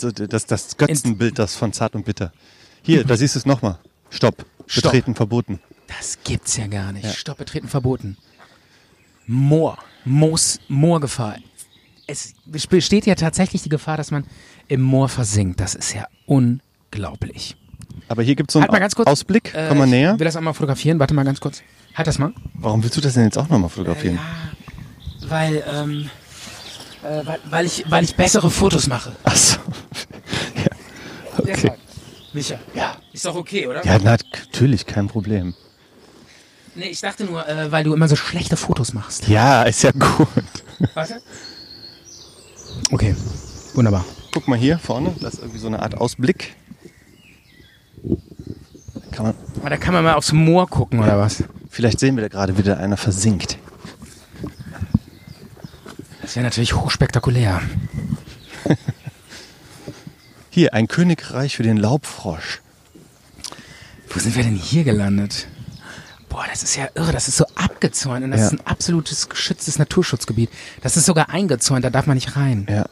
dann, das, das Götzenbild, das von Zart und Bitter. Hier, da siehst du es nochmal. Stopp. Stopp. Betreten verboten. Das gibt's ja gar nicht. Stopp betreten verboten. Moor. Moos, Moorgefahr. Es besteht ja tatsächlich die Gefahr, dass man im Moor versinkt. Das ist ja unglaublich. Aber hier gibt es so einen Halt mal ganz kurz. Ausblick. Äh, Komm mal ich näher. will das einmal fotografieren. Warte mal ganz kurz. Halt das mal. Warum willst du das denn jetzt auch nochmal fotografieren? Weil, ähm, äh, weil, weil, ich, weil ich bessere Fotos mache. Ach so. Deshalb. Okay. Micha, Ja. ist doch okay, oder? Ja, na, natürlich, kein Problem. Nee, ich dachte nur, äh, weil du immer so schlechte Fotos machst. Ja, ist ja gut. Warte. Okay, wunderbar. Guck mal hier vorne, das ist irgendwie so eine Art Ausblick. Kann man, Aber da kann man mal aufs Moor gucken, oder was? vielleicht sehen wir da gerade wieder einer versinkt. Das wäre natürlich hochspektakulär. Hier, ein Königreich für den Laubfrosch. Wo sind wir denn hier gelandet? Boah, das ist ja irre, das ist so abgezäunt und das Ja. ist ein absolutes geschütztes Naturschutzgebiet. Das ist sogar eingezäunt, da darf man nicht rein. Ja.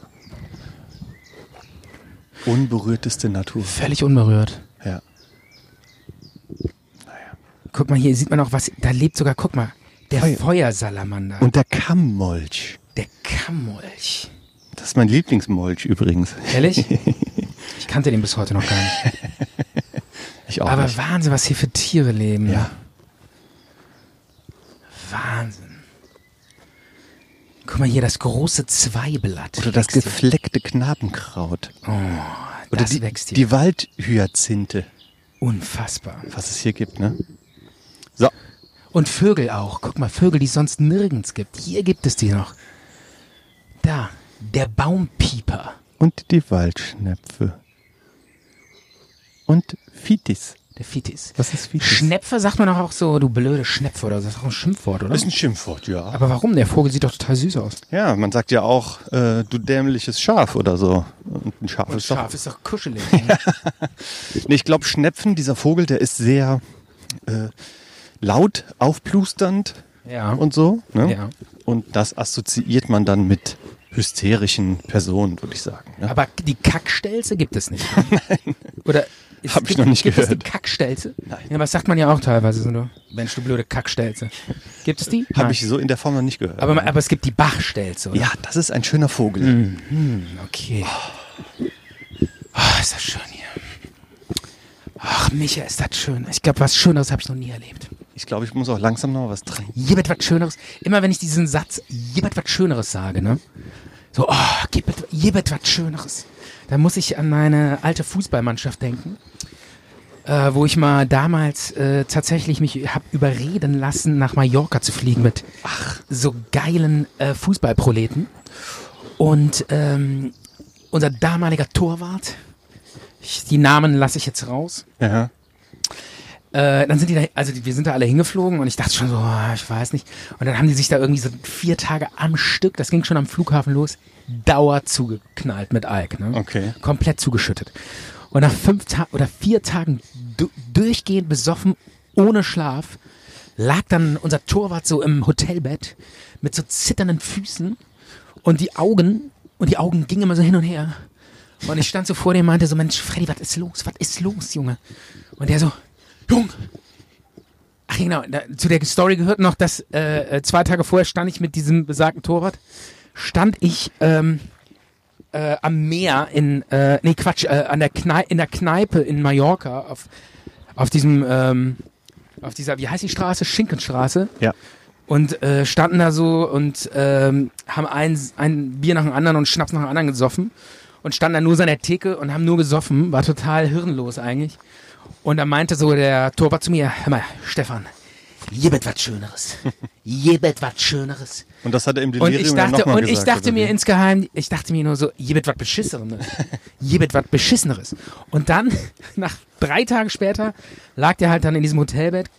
Unberührteste Natur. Völlig unberührt. Ja. Guck mal, hier sieht man auch was, da lebt sogar, guck mal, der Feuer. Feuersalamander, Und der Kammmolch. der Kammolch. Das ist mein Lieblingsmolch übrigens. Ehrlich? ich kannte den bis heute noch gar nicht. Ich auch Aber nicht. Wahnsinn, was hier für Tiere leben. ne? Ja. Wahnsinn. Guck mal hier, das große Zweiblatt. Oder das wächst hier. gefleckte Knabenkraut. Oder das die, wächst hier. die Waldhyazinthe, Unfassbar. was es hier gibt, ne? So, Und Vögel auch. Guck mal, Vögel, die es sonst nirgends gibt. Hier gibt es die noch. Da, der Baumpieper. und die Waldschnepfe. Und Fitis. Der Fitis. Was ist Fitis? Schnepfe sagt man doch auch so, du blöde Schnepfe oder so. Das ist auch ein Schimpfwort, oder? ist ein Schimpfwort, ja. Aber warum? Der Vogel sieht doch total süß aus. Ja, man sagt ja auch, äh, du dämliches Schaf oder so. Und ein Schaf ist doch Schaf ist doch kuschelig. ne? Nee, ich glaube, Schnepfen, dieser Vogel, der ist sehr äh, laut, aufplusternd Ja. und so. Ne? Ja. Und das assoziiert man dann mit hysterischen Personen, würde ich sagen. Ne? Aber die Kackstelze gibt es nicht. Nein. Oder es Hab ich gibt, noch nicht gibt es gehört. die Kackstelze? Nein. Ja, was sagt man ja auch teilweise so, du, Mensch, du blöde Kackstelze. Gibt es die? Habe Nein. ich so in der Form noch nicht gehört. Aber, Mhm. ma- aber es gibt die Bachstelze, oder? ja, das ist ein schöner Vogel. Okay. Ah, ist das schön hier. Ach, Micha, ist das schön. Ich glaube, was Schöneres habe ich noch nie erlebt. Ich glaube, ich muss auch langsam noch was trinken. Jemand was Schöneres. Immer wenn ich diesen Satz, jemand was Schöneres sage, ne? So, oh, jemand, jemand was Schöneres. Da muss ich an meine alte Fußballmannschaft denken, äh, wo ich mal damals äh, tatsächlich mich hab überreden lassen, nach Mallorca zu fliegen mit ach, so geilen äh, Fußballproleten. Und ähm, unser damaliger Torwart, ich, die Namen lasse ich jetzt raus, Ja. äh, dann sind die da, also die, wir sind da alle hingeflogen und ich dachte schon so, ah, ich weiß nicht. Und dann haben die sich da irgendwie so vier Tage am Stück, das ging schon am Flughafen los, Dauer zugeknallt mit Alk, ne? Okay. Komplett zugeschüttet. Und nach fünf Ta oder vier Tagen du durchgehend besoffen, ohne Schlaf, lag dann unser Torwart so im Hotelbett mit so zitternden Füßen und die Augen, und die Augen gingen immer so hin und her. Und ich stand so vor dem und meinte so, Mensch, Freddy, was ist los? Was ist los, Junge? Und der so, Jung! Ach genau, da, zu der Story gehört noch, dass äh, äh, zwei Tage vorher stand ich mit diesem besagten Torwart, stand ich ähm, äh, am Meer in, äh, nee Quatsch, äh, an der Kneipe, in der Kneipe in Mallorca auf, auf diesem, ähm, auf dieser, wie heißt die Straße? Schinkenstraße Ja. und äh, standen da so und ähm, haben ein, ein Bier nach dem anderen und Schnaps nach dem anderen gesoffen und standen da nur so an der Theke und haben nur gesoffen, war total hirnlos eigentlich. Und dann meinte so der Torwart zu mir, hör mal, Stefan, jebet was Schöneres, jebet was Schöneres. Und das hat er im Und Delirium ich dann dachte, noch und mal ich gesagt, dachte oder mir wie? insgeheim, ich dachte mir nur so, jebet was Beschisseneres, jebet was Beschisseneres. Und dann, nach drei Tagen später, lag der halt dann in diesem Hotelbett,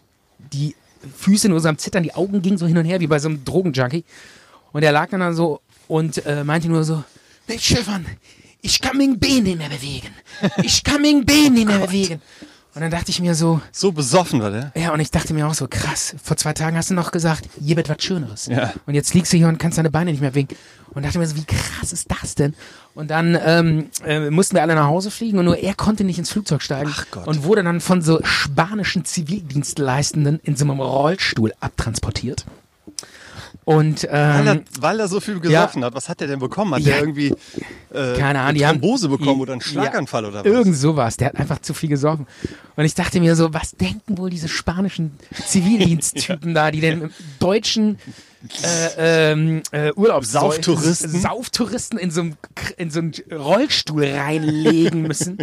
die Füße nur so am Zittern, die Augen gingen so hin und her, wie bei so einem Drogenjunkie. Und er lag dann da so und äh, meinte nur so, Mensch, Stefan, ich kann mein Bein nicht mehr bewegen. Ich kann mein Bein Oh nicht mehr bewegen. Und dann dachte ich mir so, so besoffen war der. ja, und ich dachte mir auch so, krass, vor zwei Tagen hast du noch gesagt, hier wird was Schöneres. Ja. Und jetzt liegst du hier und kannst deine Beine nicht mehr winken. Und dachte mir so, wie krass ist das denn? Und dann ähm, äh, mussten wir alle nach Hause fliegen und nur er konnte nicht ins Flugzeug steigen. Ach Gott. Und wurde dann von so spanischen Zivildienstleistenden in so einem Rollstuhl abtransportiert. Und Weil ähm, er, weil er so viel gesoffen hat, was hat er denn bekommen? Hat Ja. er irgendwie äh, keine Ahnung, eine die haben Thrombose bekommen oder einen Ja, Schlaganfall oder was? Irgend sowas. Der hat einfach zu viel gesoffen. Und ich dachte mir so, was denken wohl diese spanischen Zivildiensttypen da, die denn im deutschen äh, ähm, äh, Urlaubs Sauftouristen. Sauftouristen in so einem K- in so einen Rollstuhl reinlegen müssen,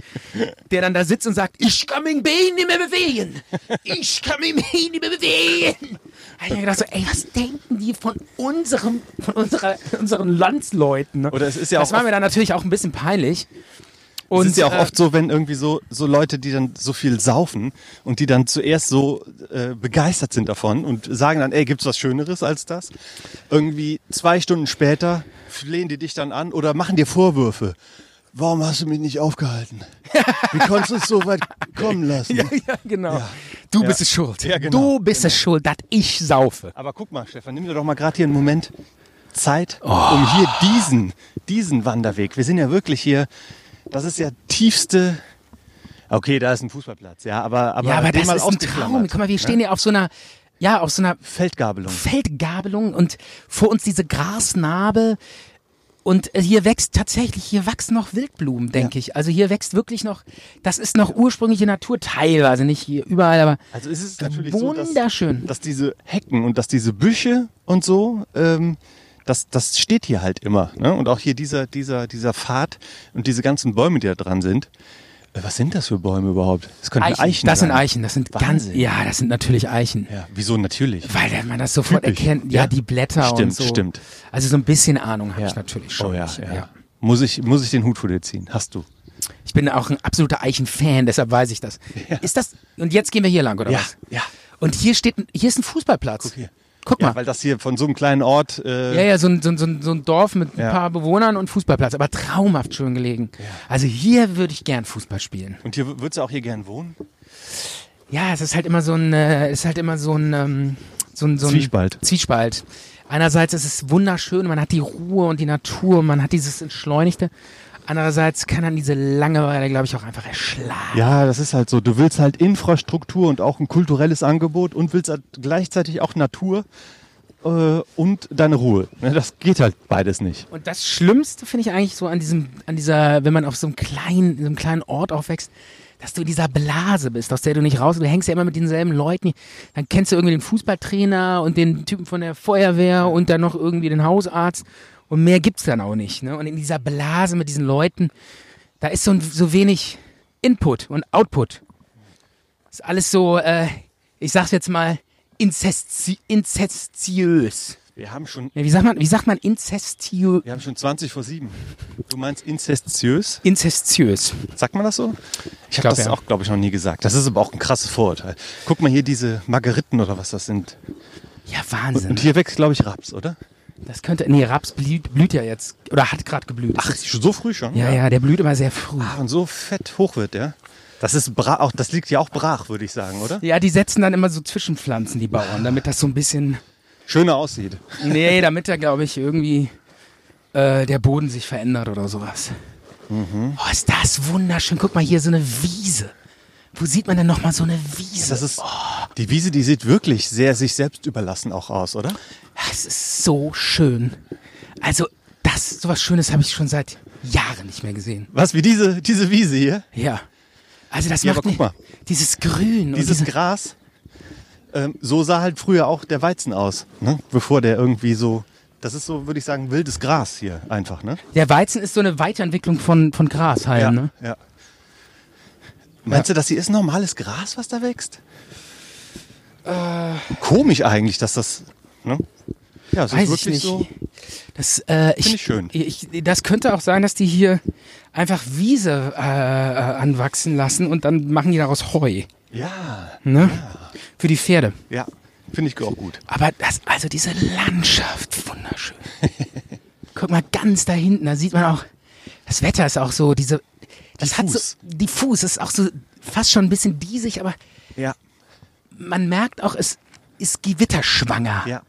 der dann da sitzt und sagt, ich kann mein Bein nicht mehr bewegen, ich kann mein Bein nicht mehr bewegen. Da hab ich mir gedacht so, ey, was denken die von unserem, von unserer, unseren Landsleuten? Ne? Oder es ist ja das auch war oft- mir dann natürlich auch ein bisschen peinlich. Es Und ist ja auch äh, oft so, wenn irgendwie so, so Leute, die dann so viel saufen und die dann zuerst so äh, begeistert sind davon und sagen dann, ey, gibt's was Schöneres als das? Irgendwie zwei Stunden später flehen die dich dann an oder machen dir Vorwürfe. Warum hast du mich nicht aufgehalten? Wie konntest du es so weit kommen lassen? Ja, ja, genau. Du bist es schuld. Ja, genau. Du bist es schuld, dass ich saufe. Aber guck mal, Stefan, nimm dir doch mal gerade hier einen Moment Zeit, Oh. um hier diesen, diesen Wanderweg. Wir sind ja wirklich hier, das ist ja tiefste. Okay, da ist ein Fußballplatz, ja, aber aber, Ja, aber den das mal ist ein ausgeklammert, ne? Traum. Guck mal, wir stehen ja auf so einer, ja, auf so einer Feldgabelung. Feldgabelung und vor uns diese Grasnarbe. Und äh, hier wächst tatsächlich, hier wachsen noch Wildblumen, denke ich. Also hier wächst wirklich noch, das ist noch ursprüngliche Natur, teilweise nicht hier überall, aber Also es ist natürlich so, dass, wunderschön. dass diese Hecken und dass diese Büsche und so, ähm, das, das steht hier halt immer. Ne? Und auch hier dieser, dieser, dieser Pfad und diese ganzen Bäume, die da dran sind. Äh, Was sind das für Bäume überhaupt? Das können Eichen, das sein. sind Eichen, das sind ganz, Wahnsinn. ja, das sind natürlich Eichen. Ja, wieso natürlich? Weil man das sofort Typisch, erkennt, ja, ja. die Blätter und Stimmt, so. stimmt. Also so ein bisschen Ahnung habe ich natürlich schon. Oh ja, ich, ja. Muss, ich, muss ich den Hut vor dir ziehen? Hast du? ich bin auch ein absoluter Eichen-Fan, deshalb weiß ich das. Ist das, und jetzt gehen wir hier lang, oder was? ja. Und hier steht, ein- hier ist ein Fußballplatz. Guck, hier. mal. Ja, weil das hier von so einem kleinen Ort. Äh, Ja, ja, so ein, so, ein- so, ein- so ein Dorf mit ein Ja. paar Bewohnern und Fußballplatz, aber traumhaft schön gelegen. Also hier würde ich gern Fußball spielen. Und hier würdest du auch hier gern wohnen? Ja, es ist halt immer so ein, äh, es ist halt immer so ein, ähm, so ein, so ein Zwiespalt. Zwiespalt. Einerseits ist es wunderschön, man hat die Ruhe und die Natur, man hat dieses Entschleunigte. Andererseits kann dann diese Langeweile, glaube ich, auch einfach erschlagen. Ja, das ist halt so. Du willst halt Infrastruktur und auch ein kulturelles Angebot und willst halt gleichzeitig auch Natur äh, und deine Ruhe. Ne, das geht halt beides nicht. Und das Schlimmste finde ich eigentlich so an diesem, an dieser, wenn man auf so einem kleinen, in so einem kleinen Ort aufwächst, dass du in dieser Blase bist, aus der du nicht raus, du hängst ja immer mit denselben Leuten, dann kennst du irgendwie den Fußballtrainer und den Typen von der Feuerwehr und dann noch irgendwie den Hausarzt und mehr gibt's dann auch nicht, ne? Und in dieser Blase mit diesen Leuten, da ist so, ein- so wenig Input und Output. Ist alles so, äh, ich sag's jetzt mal, incesti incestiös. Wir haben schon, Ja, wie sagt man, wie sagt man incestio wir haben schon 20 vor 7. Du meinst inzestiös? Inzestiös. Sagt man das so? Ich habe glaub, das ja. auch, glaube ich, noch nie gesagt. Das ist aber auch ein krasses Vorurteil. Guck mal hier diese Margeriten oder was das sind. Ja, Wahnsinn. Und hier wächst, glaube ich, Raps, oder? das könnte. Nee, Raps blüht, blüht ja jetzt. Oder hat gerade geblüht. Ach, Ah. so früh schon? ja, ja, der blüht immer sehr früh. Ach, und so fett hoch wird der. Das ist bra auch, das liegt ja auch brach, würde ich sagen, oder? Ja, die setzen dann immer so Zwischenpflanzen, die Bauern, damit das so ein bisschen. Schöner aussieht. Nee, damit da, glaube ich, irgendwie äh, der Boden sich verändert oder sowas. Oh, ist das wunderschön. Guck mal hier, so eine Wiese. Wo sieht man denn nochmal so eine Wiese? Das ist, die Wiese, die sieht wirklich sehr sich selbst überlassen auch aus, oder? Das ist so schön. Also, das, sowas Schönes habe ich schon seit Jahren nicht mehr gesehen. Was, wie diese, diese Wiese hier? Ja. Also das Ja, macht aber guck mir- dieses Grün Dieses und diese, Gras. Ähm, so sah halt früher auch der Weizen aus, ne? bevor der irgendwie so. Das ist so, würde ich sagen, wildes Gras hier einfach, ne? der Weizen ist so eine Weiterentwicklung von, von Grashalm, ne? ja. Meinst du, das hier ist normales Gras, was da wächst? Äh. Komisch eigentlich, dass das. Ne? Ja, es Weiß ist ich nicht. wirklich so. Das, äh, ich, ich schön. Ich, das könnte auch sein, dass die hier einfach Wiese äh, äh, anwachsen lassen und dann machen die daraus Heu, Ja, ne? Für die Pferde. ja. Finde ich auch gut. Aber das, also diese Landschaft, wunderschön. Guck mal ganz da hinten, da sieht man auch, das Wetter ist auch so, diese, das hat so, Diffus. diffus, ist auch so fast schon ein bisschen diesig, aber Ja, man merkt auch, es ist gewitterschwanger. ja.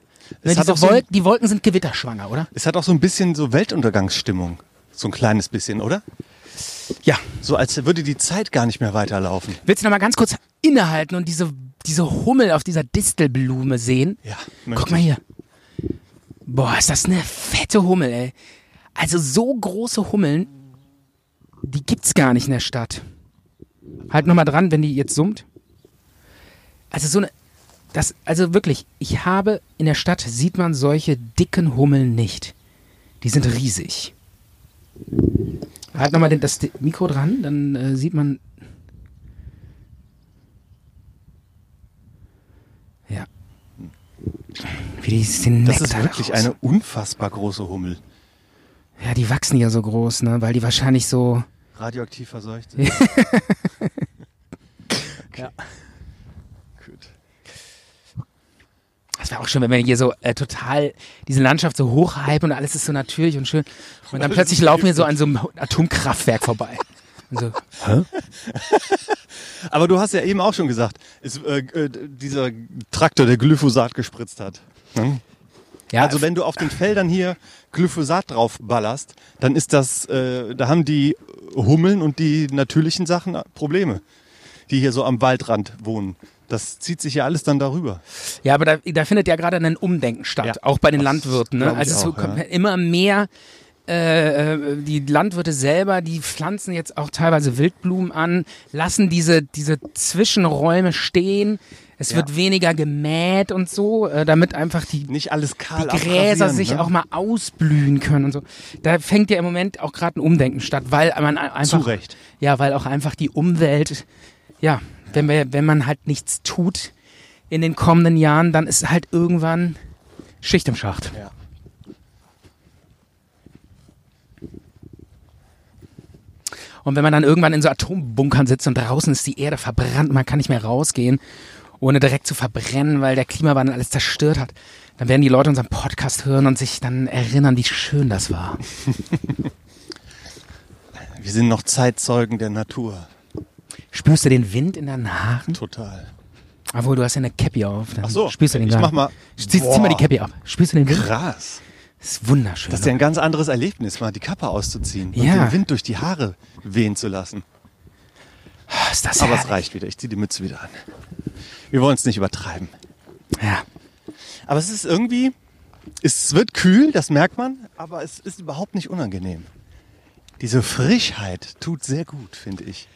Ne, Es hat, auch diese so ein, Wolken, die Wolken sind gewitterschwanger, oder? es hat auch so ein bisschen so Weltuntergangsstimmung. So ein kleines bisschen, oder? Ja. So als würde die Zeit gar nicht mehr weiterlaufen. Willst du noch mal ganz kurz innehalten und diese, diese Hummel auf dieser Distelblume sehen? Ja, möchte Guck mal ich. hier. Boah, ist das eine fette Hummel, ey. Also so große Hummeln, die gibt's gar nicht in der Stadt. Halt nochmal dran, wenn die jetzt summt. Also so eine. Das, also wirklich, ich habe in der Stadt sieht man solche dicken Hummeln nicht. Die sind riesig. Halt nochmal das Di- Mikro dran, dann äh, sieht man. Ja. Wie die den Das ist Nektar wirklich daraus- eine unfassbar große Hummel. Ja, die wachsen ja so groß, ne? Weil die wahrscheinlich so. Radioaktiv verseucht sind. Ja. Gut. Das wäre auch schön, wenn wir hier so äh, total diese Landschaft so hochhypen und alles ist so natürlich und schön. Und dann plötzlich laufen wir so an so einem Atomkraftwerk vorbei. Und so, Aber du hast ja eben auch schon gesagt, ist, äh, äh, dieser Traktor, der Glyphosat gespritzt hat. ne? ja, Also wenn du auf den Feldern hier Glyphosat drauf ballerst, dann ist das, äh, da haben die Hummeln und die natürlichen Sachen Probleme, die hier so am Waldrand wohnen. Das zieht sich ja alles dann darüber. ja, aber da, da findet ja gerade ein Umdenken statt, Ja, auch bei den das Landwirten. Ne? glaub ich Also es auch, kommt ja. immer mehr. Äh, äh, die Landwirte selber, die pflanzen jetzt auch teilweise Wildblumen an, lassen diese, diese Zwischenräume stehen. Es Ja. wird weniger gemäht und so, äh, damit einfach die Nicht alles kahl die Gräser abrasieren, sich ne? auch mal ausblühen können und so. Da fängt ja im Moment auch gerade ein Umdenken statt, weil man ein- einfach Zu Recht. ja, weil auch einfach die Umwelt ja, wenn wir wenn man halt nichts tut in den kommenden Jahren, dann ist halt irgendwann Schicht im Schacht. Ja. Und wenn man dann irgendwann in so Atombunkern sitzt und draußen ist die Erde verbrannt, man kann nicht mehr rausgehen, ohne direkt zu verbrennen, weil der Klimawandel alles zerstört hat, dann werden die Leute unseren Podcast hören und sich dann erinnern, wie schön das war. Wir sind noch Zeitzeugen der Natur. Spürst du den Wind in deinen Haaren? Total. Obwohl, du hast ja eine Cappy auf. Dann Ach so, spürst du den ich gar mach nicht. mal- Zieh, zieh Boah. mal die Cappy ab. Spürst du den Wind? Krass. Das ist wunderschön. Das ist ja ein ganz anderes Erlebnis, mal die Kappe auszuziehen und Ja. den Wind durch die Haare wehen zu lassen. oh, ist das Aber es herrlich. reicht wieder. Ich ziehe die Mütze wieder an. Wir wollen es nicht übertreiben. Ja. Aber es ist irgendwie, es wird kühl, das merkt man, aber es ist überhaupt nicht unangenehm. Diese Frischheit tut sehr gut, finde ich.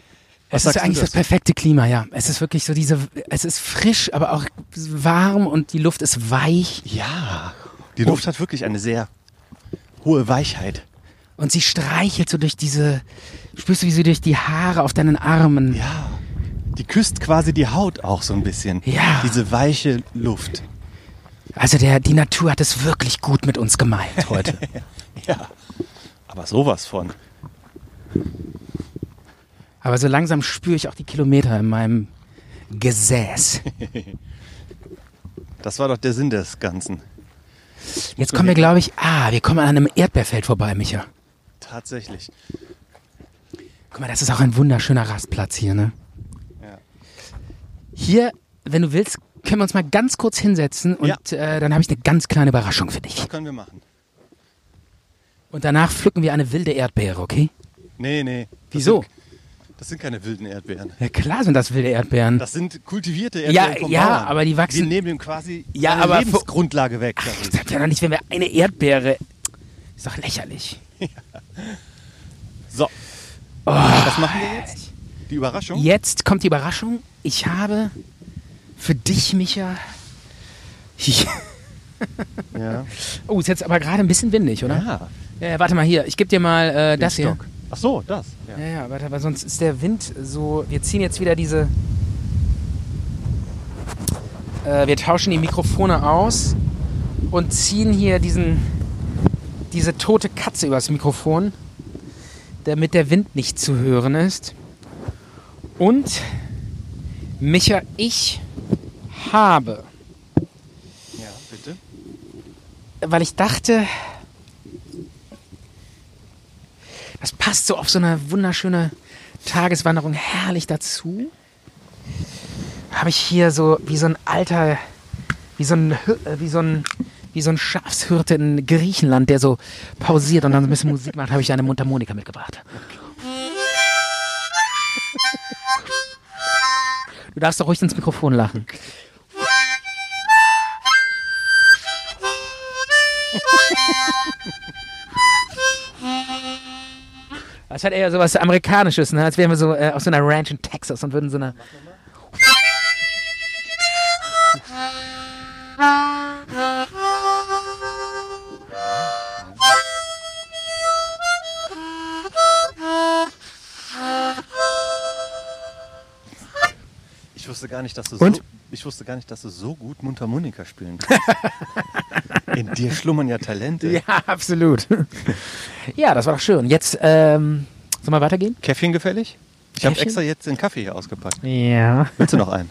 Es sagst ist du eigentlich das dazu? perfekte Klima, ja. Es ist wirklich so diese, es ist frisch, aber auch warm und die Luft ist weich. Ja, die Luft hat wirklich eine sehr hohe Weichheit. Und sie streichelt so durch diese, spürst du, wie sie durch die Haare auf deinen Armen. Ja, die küsst quasi die Haut auch so ein bisschen. Ja. Diese weiche Luft. Also der, die Natur hat es wirklich gut mit uns gemeint heute. Ja, aber sowas von. aber so langsam spüre ich auch die Kilometer in meinem Gesäß. Das war doch der Sinn des Ganzen. Jetzt kommen wir, glaube ich, ah, wir kommen an einem Erdbeerfeld vorbei, Micha. Tatsächlich. Guck mal, das ist auch ein wunderschöner Rastplatz hier, ne? Ja. Hier, wenn du willst, können wir uns mal ganz kurz hinsetzen und Ja. äh, dann habe ich eine ganz kleine Überraschung für dich. Das können wir machen. Und danach pflücken wir eine wilde Erdbeere, okay? Nee, nee. Das Wieso? Sind, das sind keine wilden Erdbeeren. Ja, klar sind das wilde Erdbeeren. Das sind kultivierte Ja, Erdbeeren vom ja, Bauern. aber die wachsen- Wir nehmen dem quasi Ja, seine aber für- Lebensgrundlage weg. Ach, dadurch. das sagt ja doch nicht, wenn wir eine Erdbeere. Ist doch lächerlich. Oh. So. Was machen wir jetzt? Die Überraschung? Jetzt kommt die Überraschung. Ich habe für dich, Micha. Ja. Oh, ist jetzt aber gerade ein bisschen windig, oder? ja. Ja, ja, warte mal hier. Ich gebe dir mal äh, das hier. Stock. Ach so, das. Ja. Ja, ja, warte, aber sonst ist der Wind so. Wir ziehen jetzt wieder diese. Äh, wir tauschen die Mikrofone aus und ziehen hier diesen, diese tote Katze übers Mikrofon, damit der Wind nicht zu hören ist. Und Micha, ich habe, ja, bitte. weil ich dachte, das passt so auf so eine wunderschöne Tageswanderung herrlich dazu. Habe ich hier so wie so ein alter, wie so ein, Hü- äh, wie so ein, wie so ein Schafshirte in Griechenland, der so pausiert und dann so ein bisschen Musik macht, habe ich eine Mundharmonika mitgebracht. Du darfst doch ruhig ins Mikrofon lachen. Das hat eher so was Amerikanisches, ne? als wären wir so äh, auf so einer Ranch in Texas und würden so eine. Ich wusste gar nicht, dass du Und? so ich wusste gar nicht, dass du so gut Mundharmonika spielen kannst. In dir schlummern ja Talente. Ja, absolut. ja, das war doch schön. Jetzt, ähm, soll mal weitergehen? Käffchen gefällig? Ich habe Käffchen? extra jetzt den Kaffee hier ausgepackt. Ja. Willst du noch einen?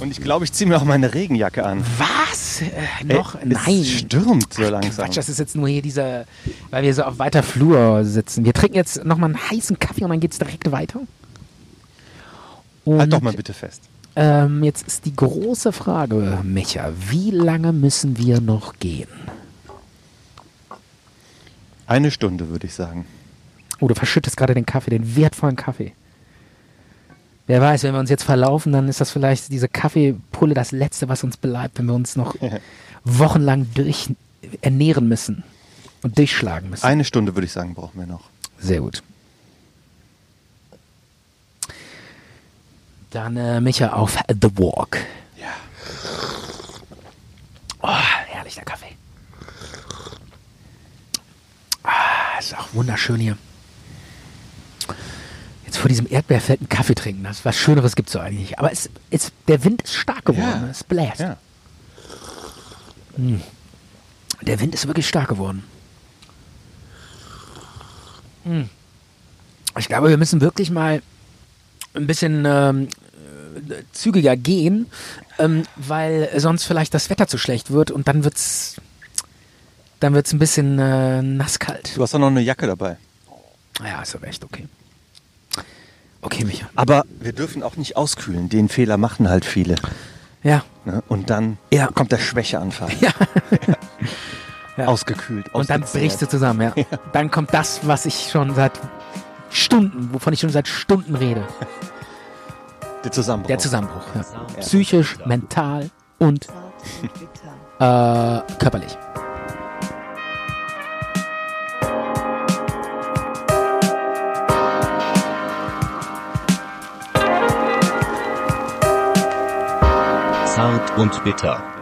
Und ich glaube, ich ziehe mir auch meine Regenjacke an. Was? Äh, noch? Ey, Nein. Es stürmt so langsam. Quatsch, das ist jetzt nur hier dieser, weil wir so auf weiter Flur sitzen. Wir trinken jetzt nochmal einen heißen Kaffee und dann geht's direkt weiter. Und halt doch mal bitte fest. Ähm, jetzt ist die große Frage, Micha, wie lange müssen wir noch gehen? Eine Stunde, würde ich sagen. Oh, du verschüttest gerade den Kaffee, den wertvollen Kaffee. Wer weiß, wenn wir uns jetzt verlaufen, dann ist das vielleicht diese Kaffeepulle das Letzte, was uns bleibt, wenn wir uns noch wochenlang durch ernähren müssen und durchschlagen müssen. Eine Stunde, würde ich sagen, brauchen wir noch. Sehr gut. Dann äh, Micha auf The Walk. Ja. Oh, herrlich, der Kaffee. Ah, ist auch wunderschön hier. Jetzt vor diesem Erdbeerfeld einen Kaffee trinken, das was Schöneres gibt es eigentlich nicht. Aber es, es, der Wind ist stark geworden, Ja. es bläst. Ja. Der Wind ist wirklich stark geworden. Hm. Ich glaube, wir müssen wirklich mal ein bisschen ähm, äh, zügiger gehen, ähm, weil sonst vielleicht das Wetter zu schlecht wird und dann wird's dann wird's ein bisschen äh, nasskalt. Du hast doch noch eine Jacke dabei. Ja, ist aber echt okay. Okay, Micha. Aber wir dürfen auch nicht auskühlen. Den Fehler machen halt viele. Ja. Ne? Und dann Ja. kommt der Schwächeanfall. Ja. Ja. Ausgekühlt. Und dann ausgezehrt. brichst du zusammen, ja. Dann kommt das, was ich schon seit Stunden, wovon ich schon seit Stunden rede. Der Zusammenbruch. Der Zusammenbruch. Ja. Psychisch, mental und äh, körperlich. Zart und bitter.